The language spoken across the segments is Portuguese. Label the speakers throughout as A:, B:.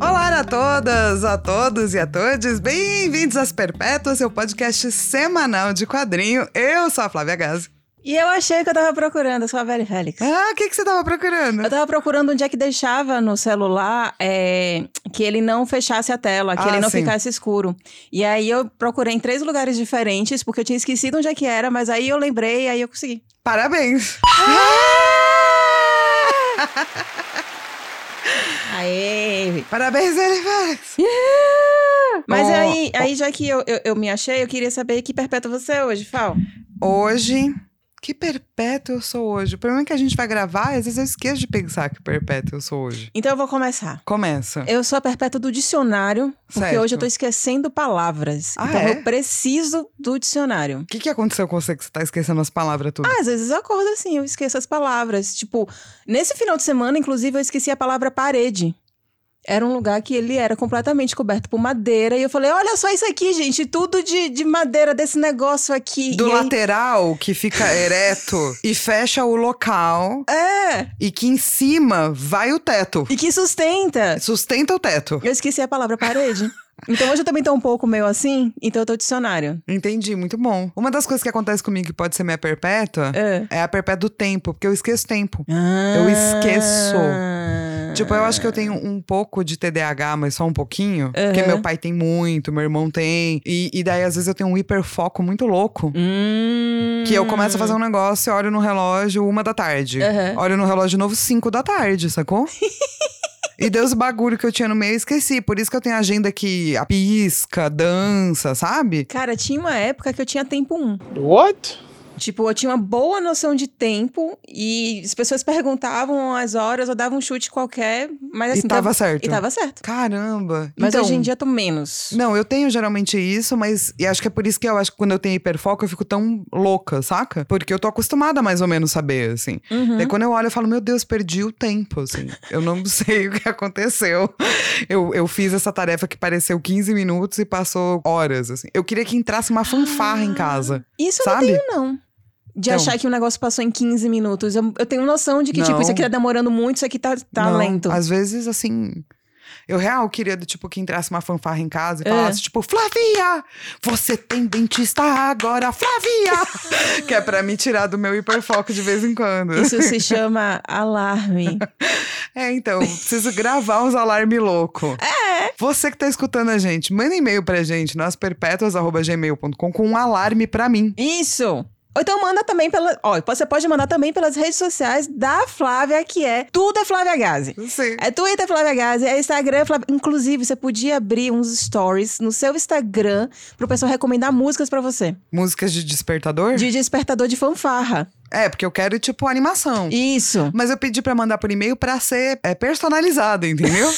A: Olá a todas, a todos e a todes. Bem-vindos às Perpétuas, seu podcast semanal de quadrinho. Eu sou a Flávia Gazi.
B: E eu achei que eu tava procurando, eu sou a velha Félix.
A: Ah, o que, que você tava procurando?
B: Eu tava procurando onde é que deixava no celular é, que ele não fechasse a tela, que
A: Ah,
B: ele não
A: sim.
B: ficasse escuro. E aí eu procurei em três lugares diferentes, porque eu tinha esquecido onde é que era, mas aí eu lembrei e aí eu consegui.
A: Parabéns.
B: Aê!
A: Parabéns, Eli Félix.
B: Mas
A: Ó,
B: aí, aí já que eu, eu, eu me achei, eu queria saber que perpétua você é hoje, Fal.
A: Hoje, que perpétuo eu sou hoje. O problema é que a gente vai gravar e às vezes eu esqueço de pensar que perpétuo eu sou hoje.
B: Então eu vou começar.
A: Começa.
B: Eu sou a perpétua do dicionário, porque
A: Certo.
B: hoje eu tô esquecendo palavras.
A: Ah,
B: então
A: é?
B: eu preciso do dicionário.
A: O que, que aconteceu com você que você tá esquecendo as palavras tudo?
B: Ah, às vezes eu acordo assim, eu esqueço as palavras. Tipo, nesse final de semana, inclusive, eu esqueci a palavra parede. Era um lugar que ele era completamente coberto por madeira. E eu falei, olha só isso aqui, gente. Tudo de, de madeira desse negócio aqui.
A: Do
B: e aí-
A: lateral que fica ereto e fecha o local
B: É.
A: e que em cima vai o teto.
B: E que sustenta.
A: Sustenta o teto.
B: Eu esqueci a palavra parede. Então hoje eu também tô um pouco meio assim. Então eu tô dicionário.
A: Entendi, muito bom. Uma das coisas que acontece comigo que pode ser minha perpétua
B: É.
A: é a perpétua do tempo, porque eu esqueço tempo. Eu esqueço.
B: Ah.
A: Tipo, eu acho que eu tenho um pouco de TDAH, mas só um pouquinho. Porque
B: É. Aham.
A: meu pai tem muito, meu irmão tem. E, e daí, às vezes, eu tenho um hiperfoco muito louco.
B: Hum.
A: Que eu começo a fazer um negócio, olho no relógio, uma da tarde.
B: Aham.
A: Olho no relógio de novo, cinco da tarde, sacou? e deu os bagulho que eu tinha no meio, eu esqueci. Por isso que eu tenho agenda que pisca, dança, sabe?
B: Cara, tinha uma época que eu tinha tempo um.
C: What?
B: Tipo, eu tinha uma boa noção de tempo e as pessoas perguntavam as horas, eu dava um chute qualquer, mas assim.
A: e tava certo.
B: E tava certo.
A: Caramba.
B: Mas
A: então,
B: hoje em dia eu tô menos.
A: Não, eu tenho geralmente isso, mas e acho que é por isso que eu acho que quando eu tenho hiperfoco eu fico tão louca, saca? Porque eu tô acostumada mais ou menos saber, assim.
B: Uhum.
A: Daí quando eu olho, eu falo, meu Deus, perdi o tempo, assim. Eu não sei o que aconteceu. Eu, eu fiz essa tarefa que pareceu 15 minutos e passou horas, assim. Eu queria que entrasse uma fanfarra
B: Ah.
A: em casa.
B: Isso eu
A: Sabe?
B: não tenho, não. De
A: Então.
B: achar que um negócio passou em 15 minutos. Eu, eu tenho noção de que, tipo,
A: Não.
B: isso aqui tá demorando muito, isso aqui tá, tá
A: Não,
B: lento.
A: Às vezes, assim. Eu real queria, do tipo, que entrasse uma fanfarra em casa e
B: É.
A: falasse, tipo, Flavia, você tem dentista agora, Flavia! que é pra me tirar do meu hiperfoco de vez em quando.
B: Isso se chama alarme.
A: É, então, preciso gravar uns alarme louco. É. Você que tá escutando a gente, manda e-mail pra gente, nasperpétuas.gmail.com, com um alarme pra mim.
B: Isso! Ou então manda também pela. Ó, você pode mandar também pelas redes sociais da Flávia, que é Tudo é Flávia Gazi.
A: Sim.
B: É Twitter, Flávia Gazi, é Instagram, Flávia... Inclusive, você podia abrir uns stories no seu Instagram pro pessoal recomendar músicas pra você.
A: Músicas de despertador?
B: De despertador de fanfarra.
A: É, porque eu quero, tipo, animação.
B: Isso.
A: Mas eu pedi pra mandar por e-mail pra ser é, personalizada, entendeu?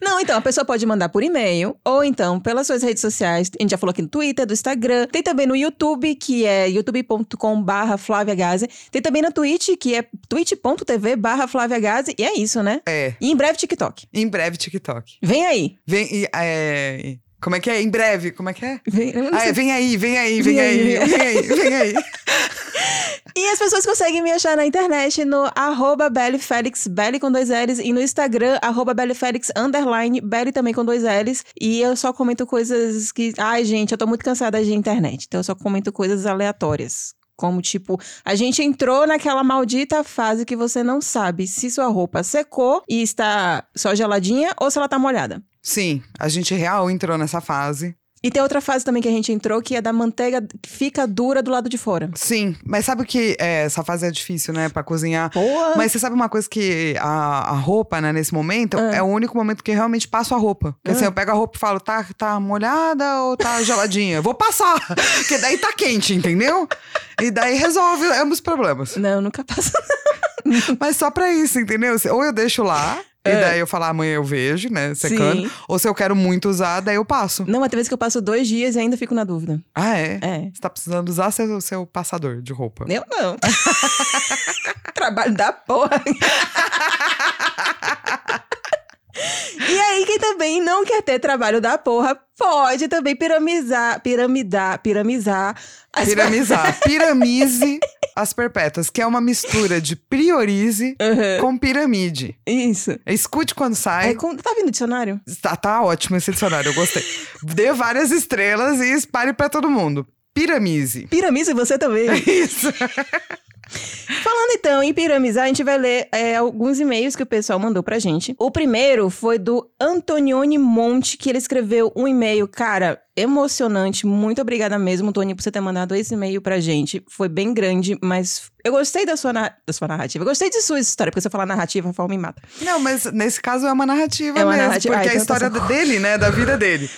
B: Não, então, a pessoa pode mandar por e-mail, ou então pelas suas redes sociais. A gente já falou aqui no Twitter, do Instagram. Tem também no YouTube, que é youtube.com barra Flávia Gazi. Tem também na Twitch, que é twitch.tv barra Flávia Gazi. E é isso, né?
A: é.
B: E em breve, TikTok.
A: Em breve, TikTok.
B: Vem aí.
A: Vem e. é, como é que é? Em breve, como é que é?
B: Vem, eu não
A: Ah, é,
B: sei.
A: vem aí, vem aí, vem
B: Vem
A: aí,
B: aí.
A: vem aí, vem aí.
B: E as pessoas conseguem me achar na internet no arroba BellyFélix, Belly com dois L's, e no Instagram, arroba BellyFélix, underline, Belly também com dois L's. E eu só comento coisas que... Ai, gente, eu tô muito cansada de internet. Então eu só comento coisas aleatórias. Como, tipo, a gente entrou naquela maldita fase que você não sabe se sua roupa secou e está só geladinha ou se ela tá molhada.
A: Sim, a gente real entrou nessa fase.
B: E tem outra fase também que a gente entrou, que é da manteiga que fica dura do lado de fora.
A: Sim, mas sabe o que é, essa fase é difícil, né? Pra cozinhar.
B: Boa!
A: Mas você sabe uma coisa que a, a roupa, né, nesse momento,
B: Ah.
A: é o único momento que eu realmente passo a roupa. Porque assim,
B: Ah.
A: eu pego a roupa e falo, tá, tá molhada ou tá geladinha? Vou passar! Porque daí tá quente, entendeu? E daí resolve ambos os problemas.
B: Não, nunca passa.
A: Mas só pra isso, entendeu? Ou eu deixo lá, e
B: É.
A: daí eu falo, amanhã eu vejo, né, secando.
B: Sim.
A: Ou se eu quero muito usar, daí eu passo.
B: Não, mas tem vezes que eu passo dois dias e ainda fico na dúvida.
A: Ah, é?
B: É. Né.
A: Você tá precisando usar seu, seu passador de roupa.
B: Eu não. Trabalho da porra. e aí, quem também não quer ter trabalho da porra, pode também piramizar, piramidar, piramizar. as-
A: Piramizar. Piramize As Perpétuas, que é uma mistura de priorize
B: Aham.
A: com pirâmide.
B: Isso.
A: Escute quando sai.
B: É com- Tá vindo o dicionário?
A: Tá, tá ótimo esse dicionário, eu gostei. Dê várias estrelas e espalhe pra todo mundo. Piramize.
B: Piramize você também.
A: Isso.
B: Falando então em piramizar, a gente vai ler é, alguns e-mails que o pessoal mandou pra gente. O primeiro foi do Antonioni Monte, que ele escreveu um e-mail, cara, emocionante. Muito obrigada mesmo, Tony, por você ter mandado esse e-mail pra gente. Foi bem grande, mas eu gostei da sua, na- da sua narrativa. Eu gostei de sua história, porque se eu falar narrativa, a forma me mata.
A: Não, mas nesse caso é uma narrativa
B: É uma
A: mesmo.
B: narrativa.
A: Porque
B: Ah,
A: a
B: então tá
A: história
B: certo.
A: dele, né? Da vida dele.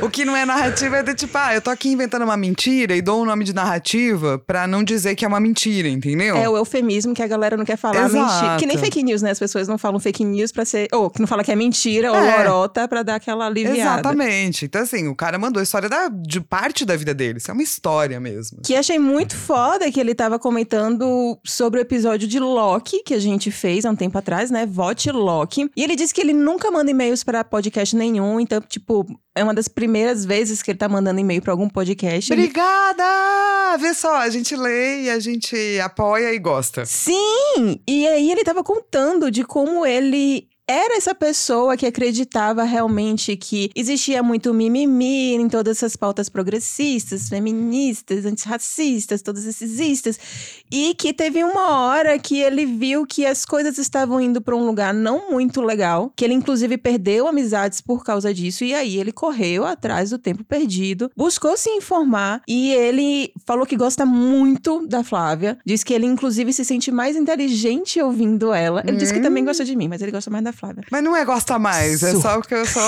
A: O que não é narrativa é de tipo, ah, eu tô aqui inventando uma mentira e dou um nome de narrativa pra não dizer que é uma mentira, entendeu?
B: É o eufemismo que a galera não quer falar.
A: Exato.
B: Mentira. Que nem fake news, né? As pessoas não falam fake news pra ser. Ou que não fala que é mentira ou
A: É.
B: lorota pra dar aquela aliviada.
A: Exatamente. Então, assim, o cara mandou a história da- de parte da vida dele. Isso é uma história mesmo.
B: Que achei muito foda que ele tava comentando sobre o episódio de Loki que a gente fez há um tempo atrás, né? Vote Loki. E ele disse que ele nunca manda e-mails pra podcast nenhum, então, tipo, é uma das primeiras vezes que ele tá mandando e-mail pra algum podcast. Ele-
A: Obrigada! Vê só, a gente lê e a gente apoia e gosta.
B: Sim! E aí ele tava contando de como ele. Era essa pessoa que acreditava realmente que existia muito mimimi em todas essas pautas progressistas, feministas, antirracistas, todos esses istas. E que teve uma hora que ele viu que as coisas estavam indo pra um lugar não muito legal, que ele inclusive perdeu amizades por causa disso, e aí ele correu atrás do tempo perdido, buscou se informar e ele falou que gosta muito da Flávia, diz que ele inclusive se sente mais inteligente ouvindo ela. Ele disse que
A: Hum.
B: também gosta de mim, mas ele gosta mais da Flávia.
A: Mas não é gosta mais, é
B: Surto.
A: só porque eu sou.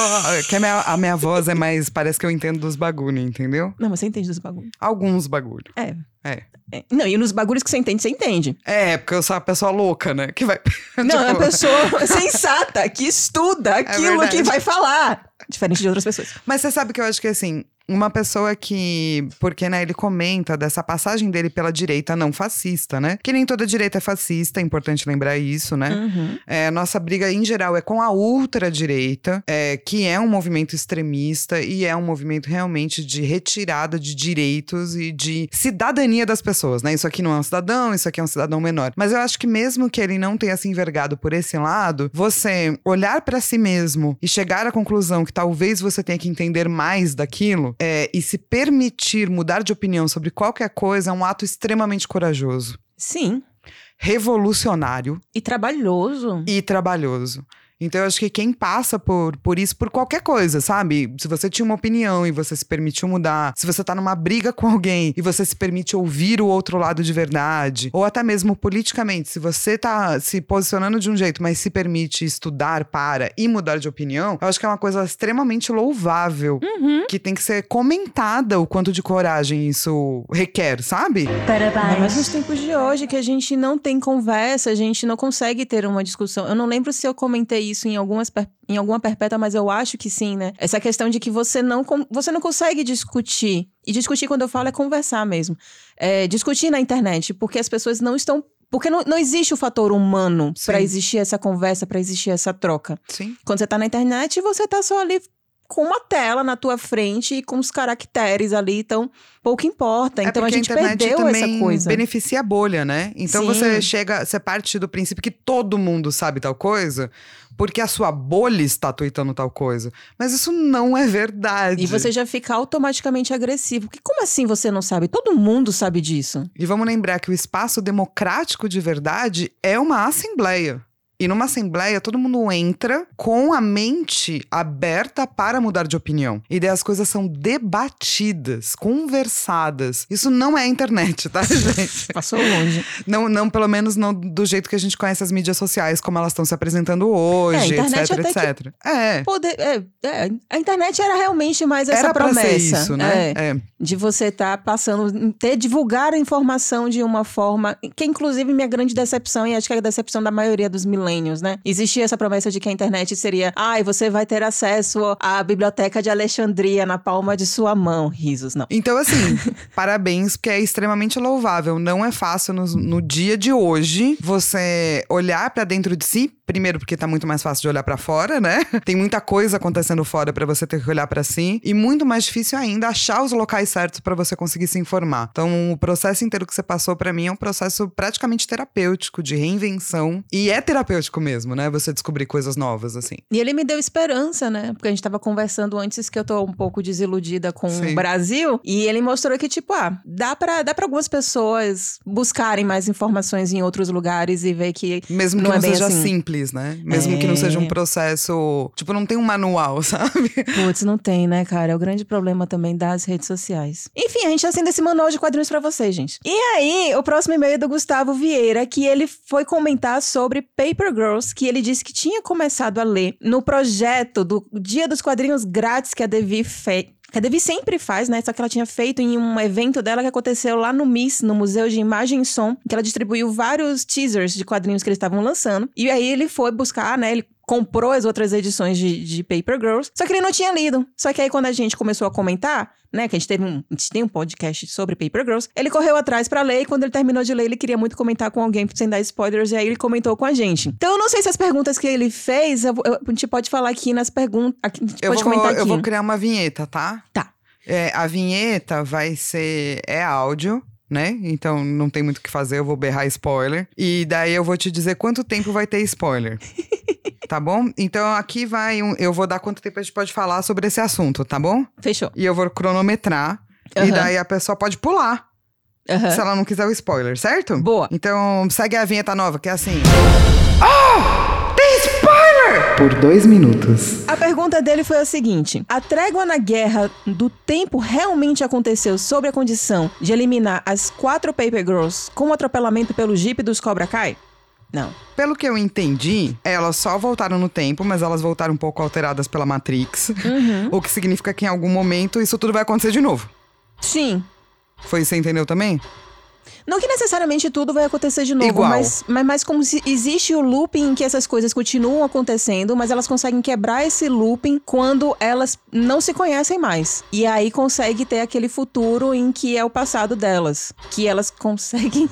A: Que a minha, a minha voz é mais. Parece que eu entendo dos bagulho, entendeu?
B: Não, mas você entende dos bagulhos.
A: Alguns bagulho.
B: É.
A: É.
B: É. Não, e nos bagulhos que você entende, você entende.
A: É, porque eu sou a pessoa louca, né? Que vai.
B: Não, é uma
A: Tipo, É
B: pessoa sensata que estuda aquilo que
A: verdade.
B: vai falar. Diferente de outras pessoas.
A: Mas você sabe que eu acho que assim, uma pessoa que. Porque, né, ele comenta dessa passagem dele pela direita não fascista, né? Que nem toda direita é fascista, é importante lembrar isso, né?
B: Uhum.
A: É, nossa briga, em geral, é com a ultradireita, é, que é um movimento extremista e é um movimento realmente de retirada de direitos e de cidadania das pessoas, né? Isso aqui não é um cidadão, isso aqui é um cidadão menor. Mas eu acho que mesmo que ele não tenha se envergado por esse lado, você olhar pra si mesmo e chegar à conclusão que talvez você tenha que entender mais daquilo é, e se permitir mudar de opinião sobre qualquer coisa é um ato extremamente corajoso,
B: Sim.
A: revolucionário
B: E trabalhoso.
A: e trabalhoso. Então, eu acho que quem passa por, por isso, por qualquer coisa, sabe? Se você tinha uma opinião e você se permitiu mudar, se você tá numa briga com alguém e você se permite ouvir o outro lado de verdade, ou até mesmo politicamente, se você tá se posicionando de um jeito, mas se permite estudar para e mudar de opinião, eu acho que é uma coisa extremamente louvável,
B: Uhum.
A: que tem que ser comentada o quanto de coragem isso requer, sabe?
B: Ainda mais nos
C: Parabéns.
B: tempos de hoje, que a gente não tem conversa, a gente não consegue ter uma discussão. Eu não lembro se eu comentei isso em, algumas per- em alguma perpétua, mas eu acho que sim, né? Essa questão de que você não, con- você não consegue discutir. E discutir, quando eu falo, é conversar mesmo. É, discutir na internet, porque as pessoas não estão. Porque não, não existe o fator humano
A: Sim.
B: pra existir essa conversa, pra existir essa troca.
A: Sim.
B: Quando você tá na internet, você tá só ali com uma tela na tua frente e com os caracteres ali, então pouco importa.
A: É
B: então a
A: porque
B: gente
A: internet
B: perdeu
A: também
B: essa coisa.
A: Beneficia a bolha, né? Então
B: Sim.
A: você chega, você parte do princípio que todo mundo sabe tal coisa, porque a sua bolha está tweetando tal coisa. Mas isso não é verdade.
B: E você já fica automaticamente agressivo. Porque como assim você não sabe? Todo mundo sabe disso.
A: E vamos lembrar que o espaço democrático de verdade é uma assembleia. E numa assembleia, todo mundo entra com a mente aberta para mudar de opinião. E daí as coisas são debatidas, conversadas. Isso não é internet, tá, gente?
B: Passou longe.
A: Não, não, pelo menos não do jeito que a gente conhece as mídias sociais, como elas estão se apresentando hoje,
B: É, a internet
A: etc,
B: até
A: etc. É.
B: Poder- é, é, a internet era realmente mais essa
A: Era pra
B: promessa.
A: ser isso, né?
B: é,
A: É.
B: de você estar passando, ter divulgar a informação de uma forma que é inclusive minha grande decepção e acho que é a decepção da maioria dos milênios, né? Existia essa promessa de que a internet seria, ai, você vai ter acesso à biblioteca de Alexandria na palma de sua mão. Risos, não.
A: Então, assim, parabéns, porque é extremamente louvável. Não é fácil no, no dia de hoje você olhar para dentro de si. Primeiro, porque tá muito mais fácil de olhar para fora, né? Tem muita coisa acontecendo fora para você ter que olhar para si. E muito mais difícil ainda achar os locais certos para você conseguir se informar. Então, o processo inteiro que você passou para mim é um processo praticamente terapêutico, de reinvenção. E é terapêutico mesmo, né? Você descobrir coisas novas, assim.
B: E ele me deu esperança, né? Porque a gente tava conversando antes que eu tô um pouco desiludida com
A: Sim.
B: o Brasil. E ele mostrou que, tipo, ah, dá pra, dá pra algumas pessoas buscarem mais informações em outros lugares e ver que.
A: Mesmo
B: Não
A: que
B: é
A: não
B: bem
A: seja
B: assim.
A: simples, né? Mesmo que não
B: É.
A: seja um processo. Tipo, não tem um manual, sabe?
B: Putz, não tem, né, cara? É o grande problema também das redes sociais. Enfim, a gente tá sendo esse manual de quadrinhos pra vocês, gente. E aí, o próximo e-mail é do Gustavo Vieira, que ele foi comentar sobre Paper Girls, que ele disse que tinha começado a ler no projeto do Dia dos Quadrinhos Grátis que a Devi fez. Que a Devi sempre faz, né? Só que ela tinha feito em um evento dela que aconteceu lá no MIS, no Museu de Imagem e Som, que ela distribuiu vários teasers de quadrinhos que eles estavam lançando. E aí ele foi buscar, né? Ele comprou as outras edições de, de Paper Girls, só que ele não tinha lido. Só que aí quando a gente começou a comentar, né, que a gente teve um, a gente tem um podcast sobre Paper Girls, ele correu atrás pra ler e quando ele terminou de ler, ele queria muito comentar com alguém sem dar spoilers e aí ele comentou com a gente. Então eu não sei se as perguntas que ele fez, eu vou- eu- a gente pode falar aqui nas perguntas, aqui, a gente
A: Eu
B: pode
A: vou,
B: comentar aqui.
A: eu vou criar uma vinheta, tá?
B: Tá.
A: É, a vinheta vai ser. É áudio, né? Então não tem muito o que fazer, eu vou berrar spoiler. E daí eu vou te dizer quanto tempo vai ter spoiler. tá bom? Então aqui vai. um- eu vou dar quanto tempo a gente pode falar sobre esse assunto, tá bom?
B: Fechou.
A: E eu vou cronometrar. E
B: Aham.
A: daí a pessoa pode pular,
B: Aham.
A: se ela não quiser o spoiler, certo?
B: Boa.
A: Então segue a vinheta nova, que é assim. Oh! Tem spoiler! Por dois minutos.
B: A pergunta dele foi a seguinte: a trégua na guerra do tempo realmente aconteceu sob a condição de eliminar as quatro Paper Girls com o atropelamento pelo Jeep dos Cobra Kai? Não.
A: Pelo que eu entendi, elas só voltaram no tempo, mas elas voltaram um pouco alteradas pela Matrix. O que significa que em algum momento isso tudo vai acontecer de novo.
B: Sim.
A: Foi, você entendeu também?
B: Não que necessariamente tudo vai acontecer de novo,
A: Igual.
B: mas, mas, mas como se existe o looping em que essas coisas continuam acontecendo, mas elas conseguem quebrar esse looping quando elas não se conhecem mais. E aí consegue ter aquele futuro em que é o passado delas. Que elas conseguem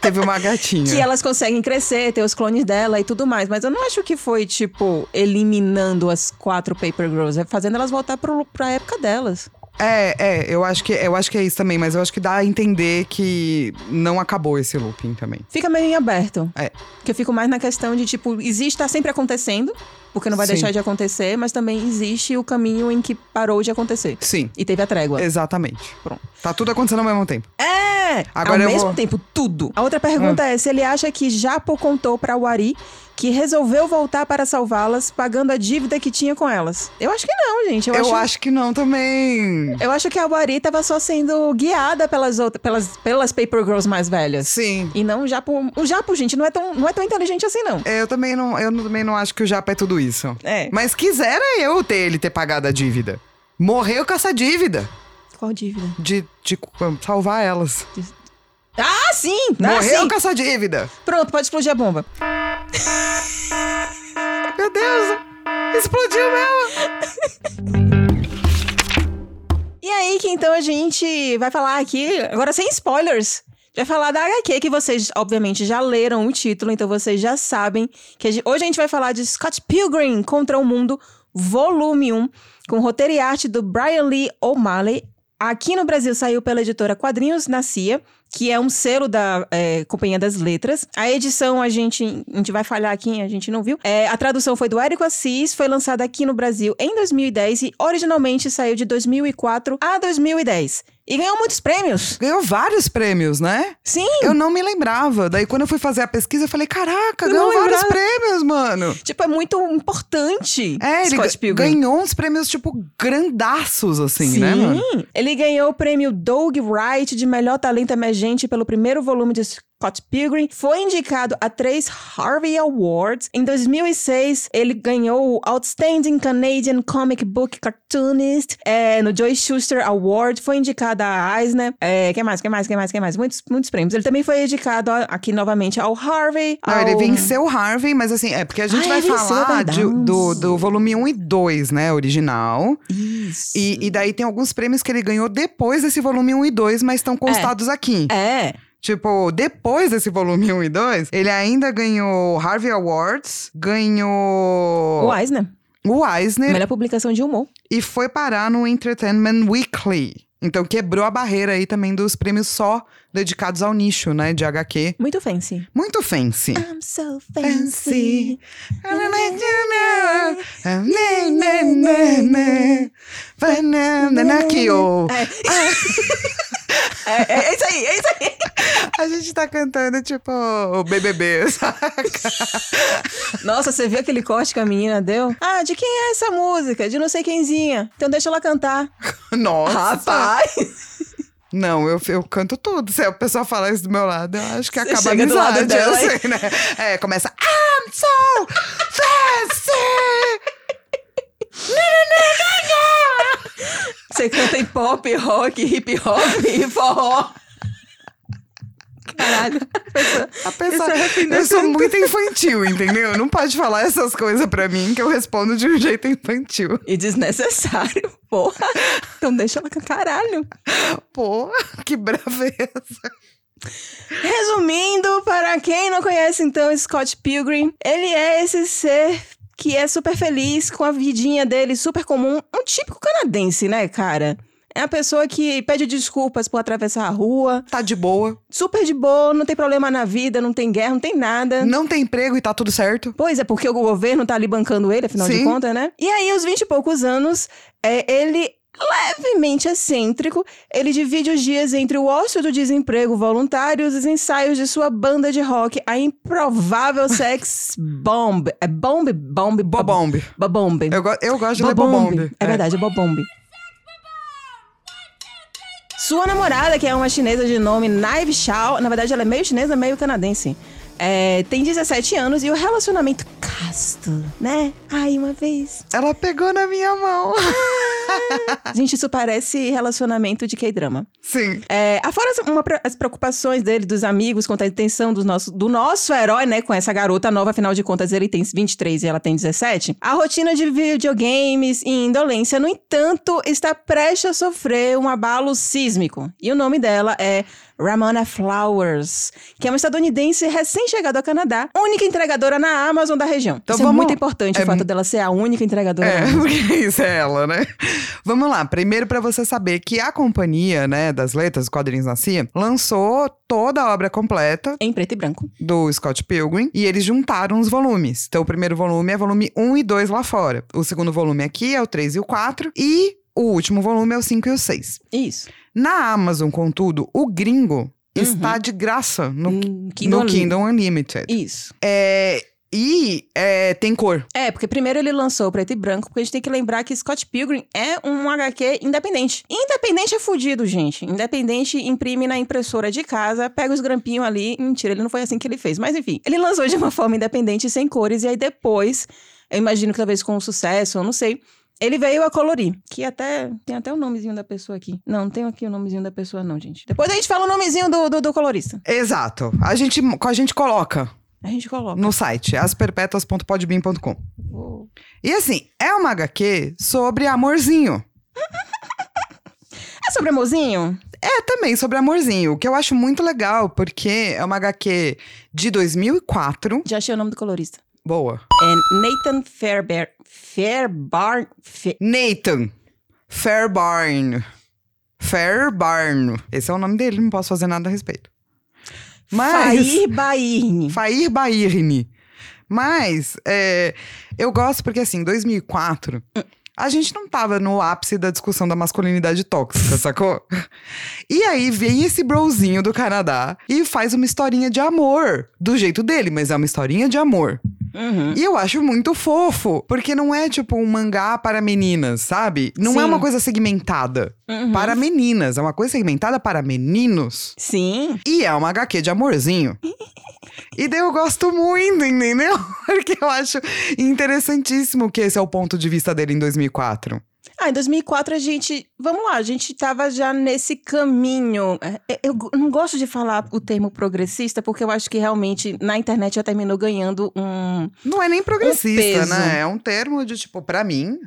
A: Teve uma gatinha.
B: Que elas conseguem crescer, ter os clones dela e tudo mais. Mas eu não acho que foi, tipo, eliminando as quatro Paper Girls. É fazendo elas voltar pro, pra época delas.
A: É, é, eu acho, que, eu acho que é isso também, mas eu acho que dá a entender que não acabou esse looping também.
B: Fica meio em aberto.
A: É.
B: Que eu fico mais na questão de, tipo, existe, tá sempre acontecendo, porque não vai
A: Sim.
B: deixar de acontecer, mas também existe o caminho em que parou de acontecer.
A: Sim,
B: E teve a trégua.
A: É. exatamente.
B: Pronto.
A: Tá tudo acontecendo ao mesmo tempo.
B: É!
A: Agora eu
B: ao mesmo
A: vou- Hum.
B: tempo, tudo. A outra pergunta é se ele acha que Japo contou pra Wari que resolveu voltar para salvá-las, pagando a dívida que tinha com elas. Eu acho que não, gente. Eu,
A: Eu,
B: acho...
A: acho que não também.
B: Eu acho que a Wari tava só sendo guiada pelas, outras, pelas, pelas Paper Girls mais velhas.
A: Sim.
B: E não o Japo. O Japo, gente, não é tão, não é tão inteligente assim, não.
A: Eu também não, eu não- também não acho que o Japa é tudo isso.
B: É.
A: Mas quisera eu ter ele ter pagado a dívida. Morreu com essa dívida
B: Qual dívida?
A: de, de salvar elas.
B: Ah, sim! Ah,
A: Morreu
B: sim!
A: com essa dívida.
B: Pronto, pode explodir a bomba.
A: Meu Deus, explodiu mesmo.
B: E aí que então a gente vai falar aqui, agora sem spoilers, vai falar da HQ que vocês obviamente já leram o título, então vocês já sabem que a gente- hoje a gente vai falar de Scott Pilgrim contra o Mundo, volume 1, com roteiro e arte do Brian Lee O'Malley. Aqui no Brasil saiu pela editora Quadrinhos na CIA, que é um selo da é, Companhia das Letras. A edição a gente, a gente vai falhar aqui, a gente não viu. É, a tradução foi do Érico Assis, foi lançada aqui no Brasil em 2010 e originalmente saiu de 2004 a 2010. E ganhou muitos prêmios.
A: Ganhou vários prêmios, né?
B: Sim,
A: Eu não me lembrava. Daí quando eu fui fazer a pesquisa, eu falei: caraca,
B: Eu não
A: ganhou vários
B: lembrava.
A: prêmios, mano.
B: tipo, é muito importante.
A: É, ele
B: Scott
A: ga-
B: Pilgrim.
A: ganhou uns prêmios, tipo, grandaços, assim, né, mano?
B: Ele ganhou o prêmio Doug Wright de melhor talento emergente pelo primeiro volume de Scott Pilgrim. Foi indicado a três Harvey Awards. Em 2006, ele ganhou o Outstanding Canadian Comic Book Cartoonist é, no Joy Schuster Award. Foi indicado a Eisner. É, que mais, que mais, que mais, que mais? Muitos, muitos prêmios. Ele também foi indicado a- aqui novamente ao Harvey.
A: Não,
B: ao...
A: ele é venceu o Harvey, mas assim, é porque a gente
B: Ah,
A: vai
B: ele venceu,
A: falar de- do,
B: verdade.
A: do volume 1 e 2, né, original.
B: Isso.
A: E, e daí tem alguns prêmios que ele ganhou depois desse volume 1 e 2, mas estão constados aqui.
B: É.
A: Tipo, depois desse volume 1 e 2, ele ainda ganhou Harvey Awards, ganhou
B: O Eisner.
A: o Eisner
B: Melhor publicação de humor.
A: e foi parar no Entertainment Weekly. Então quebrou a barreira aí também dos prêmios só dedicados ao nicho, né, de HQ.
B: Muito fancy.
A: Muito fancy.
B: I'm so
A: Fancy.
B: fancy.
A: Aqui, ô.
B: É, é, é isso aí, é isso aí.
A: A gente tá cantando tipo o BBB, saca?
B: Nossa, você viu aquele corte que a menina deu? Ah, de quem é essa música? De não sei quemzinha. Então deixa ela cantar.
A: Nossa!
B: Rapaz!
A: Não, eu, eu canto tudo. Se a pessoa falar isso do meu lado, eu acho que
B: Você
A: acaba a
B: chega do lado
A: amizade,
B: dela e-
A: assim, né? É, começa... I'm so fancy!
B: Você canta em pop, rock, hip hop e forró. Caralho.
A: A pessoa,
B: Isso é arrepender
A: eu sou muito infantil, entendeu? Não pode falar essas coisas pra mim que eu respondo de um jeito infantil.
B: E desnecessário, porra. Então deixa ela cantar. Caralho.
A: Pô, que braveza.
B: Resumindo, para quem não conhece, então, Scott Pilgrim, ele é esse ser que é super feliz com a vidinha dele, super comum, um típico canadense, né, cara? É a pessoa que pede desculpas por atravessar a rua,
A: Tá de boa,
B: super de boa, não tem problema na vida, não tem guerra, não tem nada.
A: não tem emprego e tá tudo certo.
B: Pois é, porque o governo tá ali bancando ele, afinal
A: Sim.
B: de contas, né? E aí, aos 20 e poucos anos, é, ele, levemente excêntrico, ele divide os dias entre o ócio do desemprego voluntário e os ensaios de sua banda de rock, a improvável Sex Bomb. É Bomb? Bomb?
A: Bobombe.
B: Bobomb.
A: Eu, go- eu gosto de ler
B: Bobomb.
A: Bobombe.
B: É verdade, é Bobomb. Sua namorada, que é uma chinesa de nome Naive Shao, na verdade ela é meio chinesa, meio canadense. é, tem 17 anos e o relacionamento casto, né? Ai, uma vez.
A: Ela pegou na minha mão.
B: Gente, isso parece relacionamento de K-drama.
A: Sim.
B: É, afora as, uma pre- as preocupações dele, dos amigos, quanto à intenção do nosso, do nosso herói, né? Com essa garota nova, afinal de contas, ele tem 23 e ela tem 17. A rotina de videogames e indolência, no entanto, está prestes a sofrer um abalo sísmico. E o nome dela é Ramona Flowers, que é uma estadunidense recém-chegada ao Canadá, única entregadora na Amazon da região.
A: Então
B: Isso
A: vamos-
B: é muito importante,
A: é
B: o fato dela ser a única entregadora na
A: É,
B: Amazon.
A: porque isso é ela, né? Vamos lá. Primeiro, pra você saber que a companhia, né, das letras, quadrinhos na CIA, lançou toda a obra completa
B: Em preto e branco.
A: do Scott Pilgrim e eles juntaram os volumes. Então, o primeiro volume é volume 1 e 2 lá fora. O segundo volume aqui é o 3 e o 4. E o último volume é o 5 e o 6.
B: Isso.
A: Na Amazon, contudo, o gringo está de graça Uhum. no,
B: Hum,
A: no Kingdom Unlimited.
B: Isso.
A: É, e é, tem cor.
B: É, porque primeiro ele lançou o preto e branco, porque a gente tem que lembrar que Scott Pilgrim é um HQ independente. Independente é fudido, gente. Independente imprime na impressora de casa, pega os grampinhos ali. Mentira, ele não foi assim que ele fez. Mas enfim, ele lançou de uma forma independente, sem cores, e aí depois, eu imagino que talvez com sucesso, eu não sei. Ele veio a colorir, que até. Tem até o nomezinho da pessoa aqui. Não, não tem aqui o nomezinho da pessoa, não, gente. Depois a gente fala o nomezinho do, do, do colorista.
A: Exato. A gente, a gente coloca
B: A gente coloca.
A: no site asperpetuas.podbean.com.
B: Vou-
A: E assim, é uma HQ sobre amorzinho.
B: É sobre amorzinho?
A: É também sobre amorzinho, o que eu acho muito legal, porque é uma HQ de 2004.
B: Já achei o nome do colorista.
A: Boa.
B: É Nathan Fairbear. Fairbarn. Fe-
A: Nathan Fairbarn. Fairbarn. Esse é o nome dele, não posso fazer nada a respeito. Mas.
B: Fair Bairne.
A: Fair Bairne. Mas, é, eu gosto porque, assim, 2004, a gente não tava no ápice da discussão da masculinidade tóxica, sacou? E aí vem esse brozinho do Canadá e faz uma historinha de amor, do jeito dele, mas é uma historinha de amor.
B: Uhum.
A: E eu acho muito fofo, porque não é tipo um mangá para meninas, sabe? Não é
B: Sim.
A: uma coisa segmentada
B: Uhum.
A: para meninas, é uma coisa segmentada para meninos.
B: Sim.
A: E é uma HQ de amorzinho. E daí eu gosto muito, entendeu? Porque eu acho interessantíssimo que esse é o ponto de vista dele em 2004.
B: Ah, em 2004 a gente, vamos lá, a gente tava já nesse caminho. É, Eu go- não gosto de falar o termo progressista, porque eu acho que realmente na internet já terminou ganhando um...
A: Não é nem progressista,
B: peso.
A: né? É um termo de, tipo, pra mim,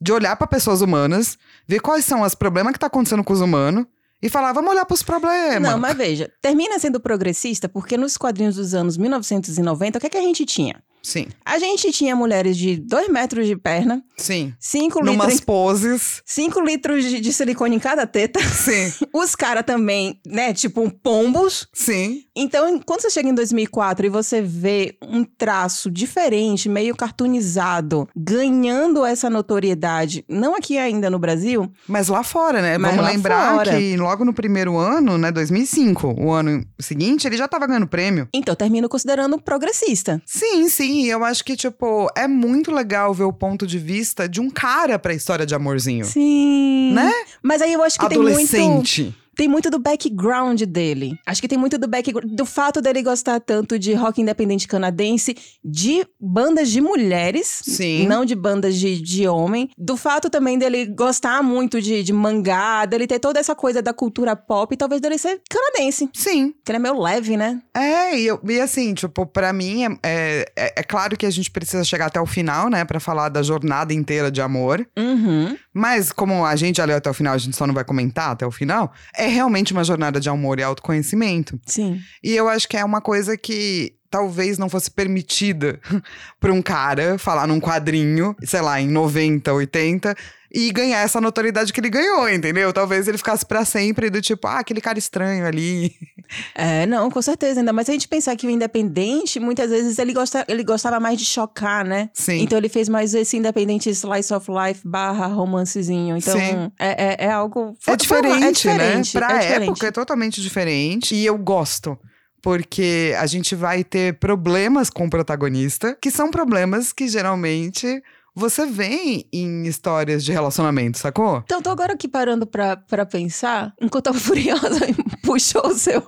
A: de olhar pra pessoas humanas, ver quais são os problemas que tá acontecendo com os humanos e falar, vamos olhar pros problemas.
B: não, mas veja, termina sendo progressista porque nos quadrinhos dos anos 1990, o que é que a gente tinha?
A: Sim,
B: A gente tinha mulheres de 2 metros de perna,
A: sim.
B: 5
A: Numas
B: litros,
A: poses.
B: cinco litros de, de silicone em cada teta.
A: Sim,
B: Os caras também, né, tipo um pombos.
A: sim.
B: Então, em- quando você chega em 2004 e você vê um traço diferente, meio cartoonizado, ganhando essa notoriedade, não aqui ainda no Brasil,
A: Mas lá fora, né?
B: Mas
A: Vamos
B: lá
A: lembrar
B: fora.
A: que logo no primeiro ano, né? 2005, o ano seguinte, ele já tava ganhando prêmio.
B: então termino considerando progressista.
A: Sim, sim. E eu acho que, tipo, é muito legal ver o ponto de vista de um cara pra história de amorzinho.
B: Sim.
A: Né?
B: Mas aí eu acho que tem muito.
A: Adolescente.
B: Tem muito do background dele. Acho que tem muito do background. Do fato dele gostar tanto de rock independente canadense, de bandas de mulheres.
A: Sim.
B: Não de bandas de, de homem. Do fato também dele gostar muito de, de mangá, dele ter toda essa coisa da cultura pop, e talvez dele ser canadense.
A: Sim.
B: Que ele é meio leve, né?
A: É, e, eu- e assim, tipo, pra mim, é, é, é- é claro que a gente precisa chegar até o final, né, Pra falar da jornada inteira de amor.
B: Uhum.
A: Mas, como a gente já leu até o final, a gente só não vai comentar até o final, é realmente uma jornada de amor e autoconhecimento.
B: Sim.
A: E eu acho que é uma coisa que talvez não fosse permitida pra um cara falar num quadrinho, sei lá, em 90, 80. E ganhar essa notoriedade que ele ganhou, entendeu? Talvez ele ficasse pra sempre do tipo, ah, aquele cara estranho ali.
B: É, não, com certeza. Ainda mais se a gente pensar que o independente, muitas vezes, ele, gosta, ele gostava mais de chocar, né?
A: Sim.
B: Então ele fez mais esse independente slice of life barra romancezinho. Então
A: Sim.
B: é, é, é algo.
A: É
B: foi- foi uma-
A: diferente,
B: diferente,
A: né? Pra
B: é diferente.
A: época é totalmente diferente. E eu gosto. Porque a gente vai ter problemas com o protagonista, que são problemas que geralmente você vê em histórias de relacionamento, sacou?
B: Então tô agora aqui parando pra, pra pensar, enquanto a Furiosa puxou o seu,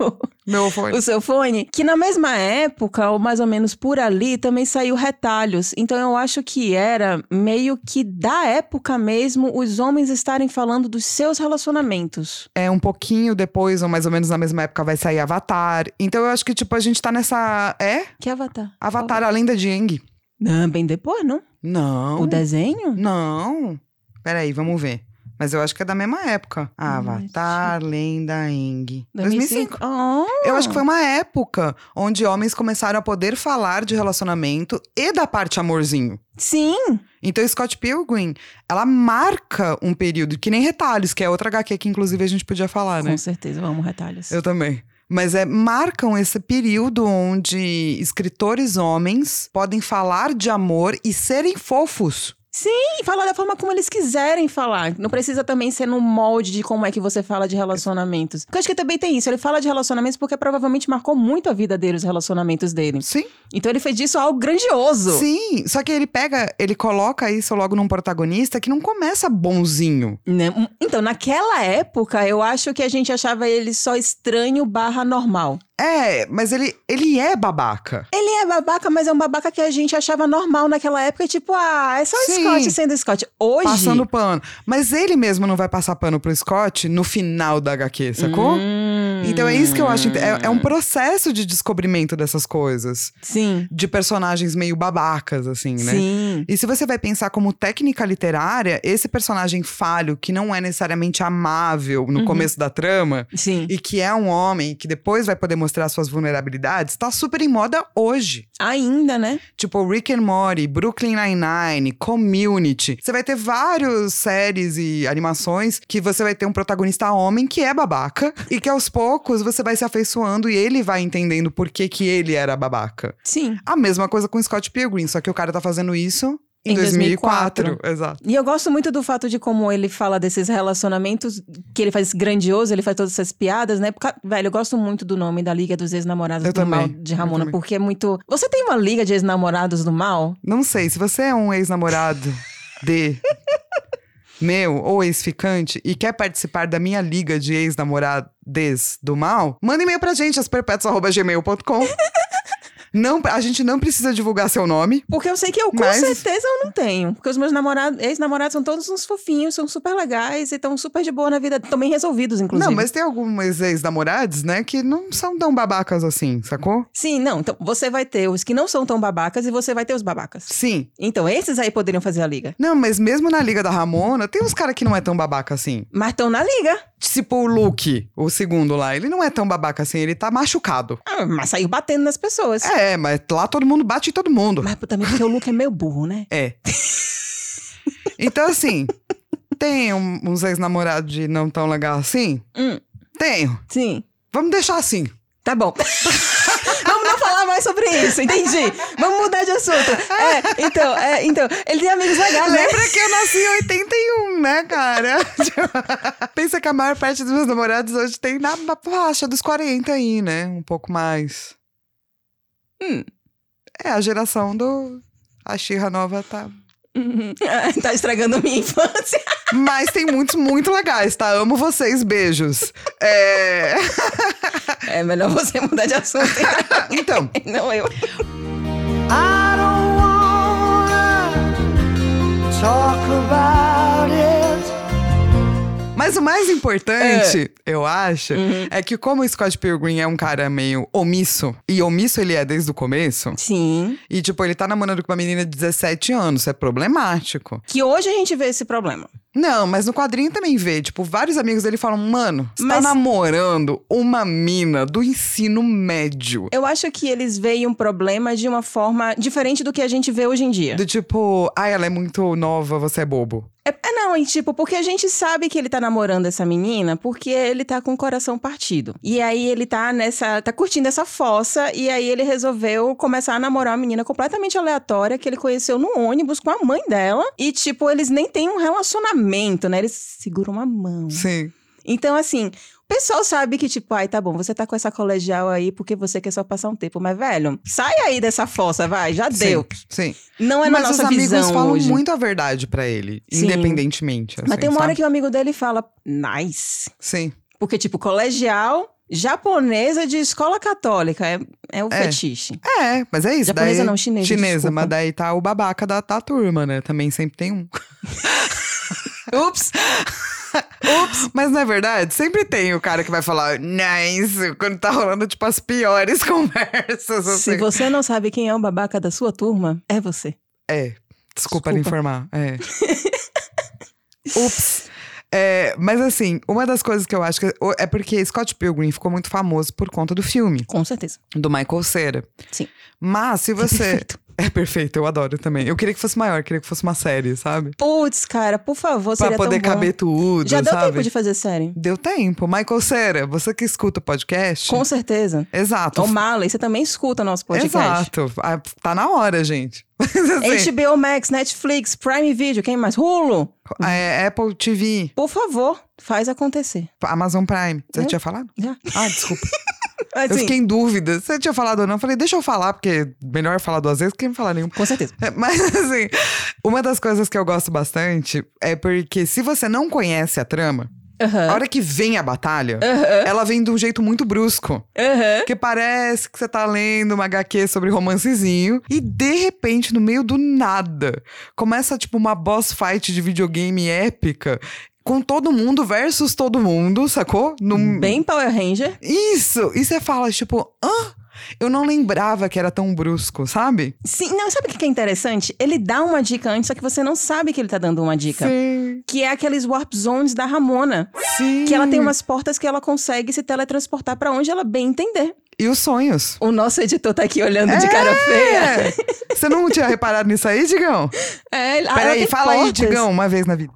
A: Meu é foi.
B: o seu fone, que na mesma época, ou mais ou menos por ali, também saiu Retalhos. Então eu acho que era meio que da época mesmo os homens estarem falando dos seus relacionamentos.
A: É um pouquinho depois, ou mais ou menos na mesma época, vai sair Avatar. Então eu acho que, tipo, a gente tá nessa. É?
B: Que Avatar?
A: Avatar, a lenda de Aang.
B: Não, bem depois, não?
A: Não.
B: O desenho?
A: Não. Peraí, vamos ver. Mas eu acho que é da mesma época. Avatar, Lenda, Aang. 2005.
B: Ah.
A: Eu acho que foi uma época onde homens começaram a poder falar de relacionamento e da parte amorzinho.
B: Sim,
A: Então, Scott Pilgrim, ela marca um período, que nem Retalhos, que é outra HQ que, inclusive, a gente podia falar, né?
B: Com certeza, vamos retalhos.
A: Eu também. Mas é, marcam esse período onde escritores homens podem falar de amor e serem fofos.
B: E falar da forma como eles quiserem falar. Não precisa também ser no molde de como é que você fala de relacionamentos. Porque eu acho que também tem isso. Ele fala de relacionamentos porque provavelmente marcou muito a vida dele, os relacionamentos dele.
A: Sim.
B: Então ele fez disso algo grandioso.
A: Sim, só que ele pega, ele coloca isso logo num protagonista que não começa bonzinho.
B: Né? Um- Então, naquela época, eu acho que a gente achava ele só estranho barra normal.
A: É, mas ele, ele é babaca.
B: Ele é babaca, mas é um babaca que a gente achava normal naquela época. Tipo, ah, é só o
A: Sim.
B: Scott sendo Scott. Hoje...
A: Passando pano. Mas ele mesmo não vai passar pano pro Scott no final da HQ, sacou?
B: Hum.
A: Então é isso que eu acho. inte- É, é um processo de descobrimento dessas coisas.
B: Sim.
A: De personagens meio babacas, assim, né?
B: Sim.
A: E se você vai pensar como técnica literária, esse personagem falho, que não é necessariamente amável no
B: Uhum.
A: começo da trama,
B: Sim.
A: e que é um homem que depois vai poder mostrar suas vulnerabilidades, tá super em moda hoje.
B: Ainda, né?
A: Tipo Rick and Morty, Brooklyn Nine-Nine, Community. Você vai ter várias séries e animações que você vai ter um protagonista homem que é babaca e que aos poucos você vai se afeiçoando e ele vai entendendo por que, que ele era babaca.
B: Sim.
A: A mesma coisa com Scott Pilgrim, só que o cara tá fazendo isso em, 2004. Exato.
B: E eu gosto muito do fato de como ele fala desses relacionamentos, que ele faz grandioso, ele faz todas essas piadas, né? Porque, velho, eu gosto muito do nome da Liga dos Ex-Namorados
A: Eu
B: do Mal
A: também,
B: de
A: eu
B: Ramona,
A: também.
B: porque é muito. Você tem uma Liga de Ex-Namorados do Mal?
A: Não sei, se você é um ex-namorado de meu ou ex-ficante e quer participar da minha liga de ex-namorades do mal, manda e-mail pra gente, asperpetos.gmail.com. Não, a gente não precisa divulgar seu nome.
B: Porque eu sei que eu com
A: Mas-
B: certeza eu não tenho. Porque os meus namorados, ex-namorados são todos uns fofinhos, são super legais e estão super de boa na vida, também resolvidos, inclusive.
A: Não, mas tem algumas ex-namoradas, né, que não são tão babacas assim, sacou?
B: Sim, não. Então você vai ter os que não são tão babacas e você vai ter os babacas.
A: Sim.
B: Então esses aí poderiam fazer a liga.
A: Não, mas mesmo na liga da Ramona, tem uns caras que não é tão babaca assim.
B: Mas estão na liga.
A: Tipo o Luke, o segundo lá, ele não é tão babaca assim, ele tá machucado.
B: Ah, mas saiu batendo nas pessoas.
A: É, mas lá todo mundo bate em todo mundo.
B: Mas também porque o Luke é meio burro, né?
A: É. então, assim, tem um- uns ex-namorados de não tão legal assim?
B: Hum.
A: Tenho.
B: Sim.
A: Vamos deixar assim.
B: Tá bom. Vamos não falar mais sobre isso, entendi. Vamos mudar de assunto. É, então, é, então, ele tem amigos legais, né?
A: Lembra que eu nasci em 81, né, cara? Pensa que a maior parte dos meus namorados hoje tem na, na faixa dos 40 aí, né? Um pouco mais.
B: Hum.
A: É, a geração do. A Xirra nova tá.
B: Uhum. Ah, Tá estragando minha infância.
A: Mas tem muitos muito legais, tá? Amo vocês, beijos. É.
B: É melhor você mudar de assunto.
A: Então.
B: Não eu.
A: I don't wanna talk about it. Mas o mais importante, eu acho, é que como o Scott Pilgrim é um cara meio omisso, e omisso ele é desde o começo,
B: Sim.
A: e tipo, ele tá namorando com uma menina de 17 anos, isso é problemático.
B: Que hoje a gente vê esse problema.
A: Não, mas no quadrinho também vê, tipo, vários amigos dele falam, mano, você tá
B: Mas-
A: namorando uma mina do ensino médio.
B: Eu acho que eles veem um problema de uma forma diferente do que a gente vê hoje em dia.
A: Do tipo, ai, ela é muito nova, você é bobo.
B: É, é não, e tipo, porque a gente sabe que ele tá namorando essa menina porque ele tá com o coração partido. E aí ele tá nessa. tá curtindo essa fossa, e aí ele resolveu começar a namorar uma menina completamente aleatória que ele conheceu no ônibus com a mãe dela. E, tipo, eles nem têm um relacionamento, né? Eles seguram a mão.
A: Sim.
B: Então, assim, o pessoal sabe que, tipo, ai, tá bom, você tá com essa colegial aí porque você quer só passar um tempo. Mas, velho, sai aí dessa fossa, vai, já deu.
A: Sim.
B: Não é
A: Mas
B: na
A: os
B: nossa
A: amigos
B: visão
A: falam
B: hoje.
A: muito a verdade pra ele,
B: Sim.
A: independentemente.
B: Mas
A: assim,
B: tem uma hora
A: sabe?
B: que o amigo dele fala, nice.
A: Sim.
B: Porque, tipo, colegial, japonesa de escola católica. É, é o
A: É.
B: fetiche.
A: É, mas é isso.
B: japonesa
A: daí,
B: não, chinesa.
A: Chinesa, mas
B: desculpa.
A: daí tá o babaca da, da turma, né? Também sempre tem um.
B: Ups! Ups!
A: Mas não é verdade? Sempre tem o cara que vai falar nice quando tá rolando, tipo, as piores conversas. Assim.
B: Se você não sabe quem é o babaca da sua turma, é você.
A: É. Desculpa,
B: Desculpa.
A: me informar. É. Ups. É, mas assim, uma das coisas que eu acho que. É porque Scott Pilgrim ficou muito famoso por conta do filme.
B: Com certeza.
A: Do Michael Cera.
B: Sim.
A: Mas se você.
B: Perfeito.
A: É perfeito, eu adoro também. Eu queria que fosse maior, queria que fosse uma série, sabe?
B: Putz, cara, por favor,
A: Pra
B: seria
A: poder
B: tão bom.
A: caber tudo,
B: Já deu
A: sabe?
B: tempo de fazer série.
A: Deu tempo. Michael Cera, você que escuta o podcast.
B: Com certeza.
A: Exato.
B: O Malley, você também escuta nosso podcast.
A: Exato. Ah, Tá na hora, gente. Assim,
B: HBO Max, Netflix, Prime Video, quem mais? Hulu,
A: é, Apple TV,
B: por favor, faz acontecer.
A: Amazon Prime. Você
B: É.
A: tinha falado?
B: Já.
A: Ah, desculpa.
B: Mas,
A: eu
B: assim,
A: fiquei em dúvida. Você tinha falado ou não? Eu falei, deixa eu falar, porque melhor falar duas vezes que não falar nenhuma.
B: Com certeza.
A: É, Mas assim, uma das coisas que eu gosto bastante é porque se você não conhece a trama, a
B: Aham.
A: hora que vem a batalha,
B: Aham.
A: ela vem de um jeito muito brusco.
B: Aham.
A: Porque parece que você tá lendo uma HQ sobre romancezinho e de repente, no meio do nada, começa tipo uma boss fight de videogame épica com todo mundo versus todo mundo, sacou? Num-
B: Bem Power Ranger.
A: Isso! E você fala, tipo, hã? Eu não lembrava que era tão brusco, sabe?
B: Sim, não, sabe o que que é interessante? Ele dá uma dica antes, só que você não sabe que ele tá dando uma dica.
A: Sim.
B: Que é aqueles warp zones da Ramona.
A: Sim.
B: Que ela tem umas portas que ela consegue se teletransportar pra onde ela bem entender.
A: E os sonhos?
B: O nosso editor tá aqui olhando de cara feia.
A: É. Você não tinha reparado nisso aí, Digão?
B: É, ela
A: Peraí,
B: tem
A: fala aí,
B: portas.
A: Digão, uma vez na vida.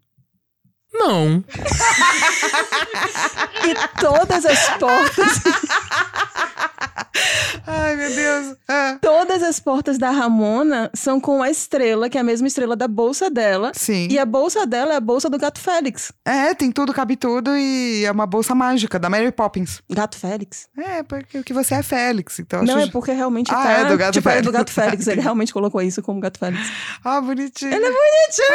C: Não.
B: E todas as portas.
A: Ai, meu Deus. Ah,
B: Todas as portas da Ramona são com a estrela, que é a mesma estrela da bolsa dela.
A: Sim.
B: E a bolsa dela é a bolsa do Gato Félix.
A: É, tem tudo, cabe tudo e é uma bolsa mágica da Mary Poppins.
B: Gato Félix?
A: É, porque o que você é Félix, então
B: Não,
A: acho...
B: é porque realmente
A: Ah,
B: tá...
A: é do Gato
B: tipo, é do
A: Félix.
B: Gato Félix. Ele realmente colocou isso como Gato Félix.
A: Ah, bonitinho.
B: Ele é bonitinho!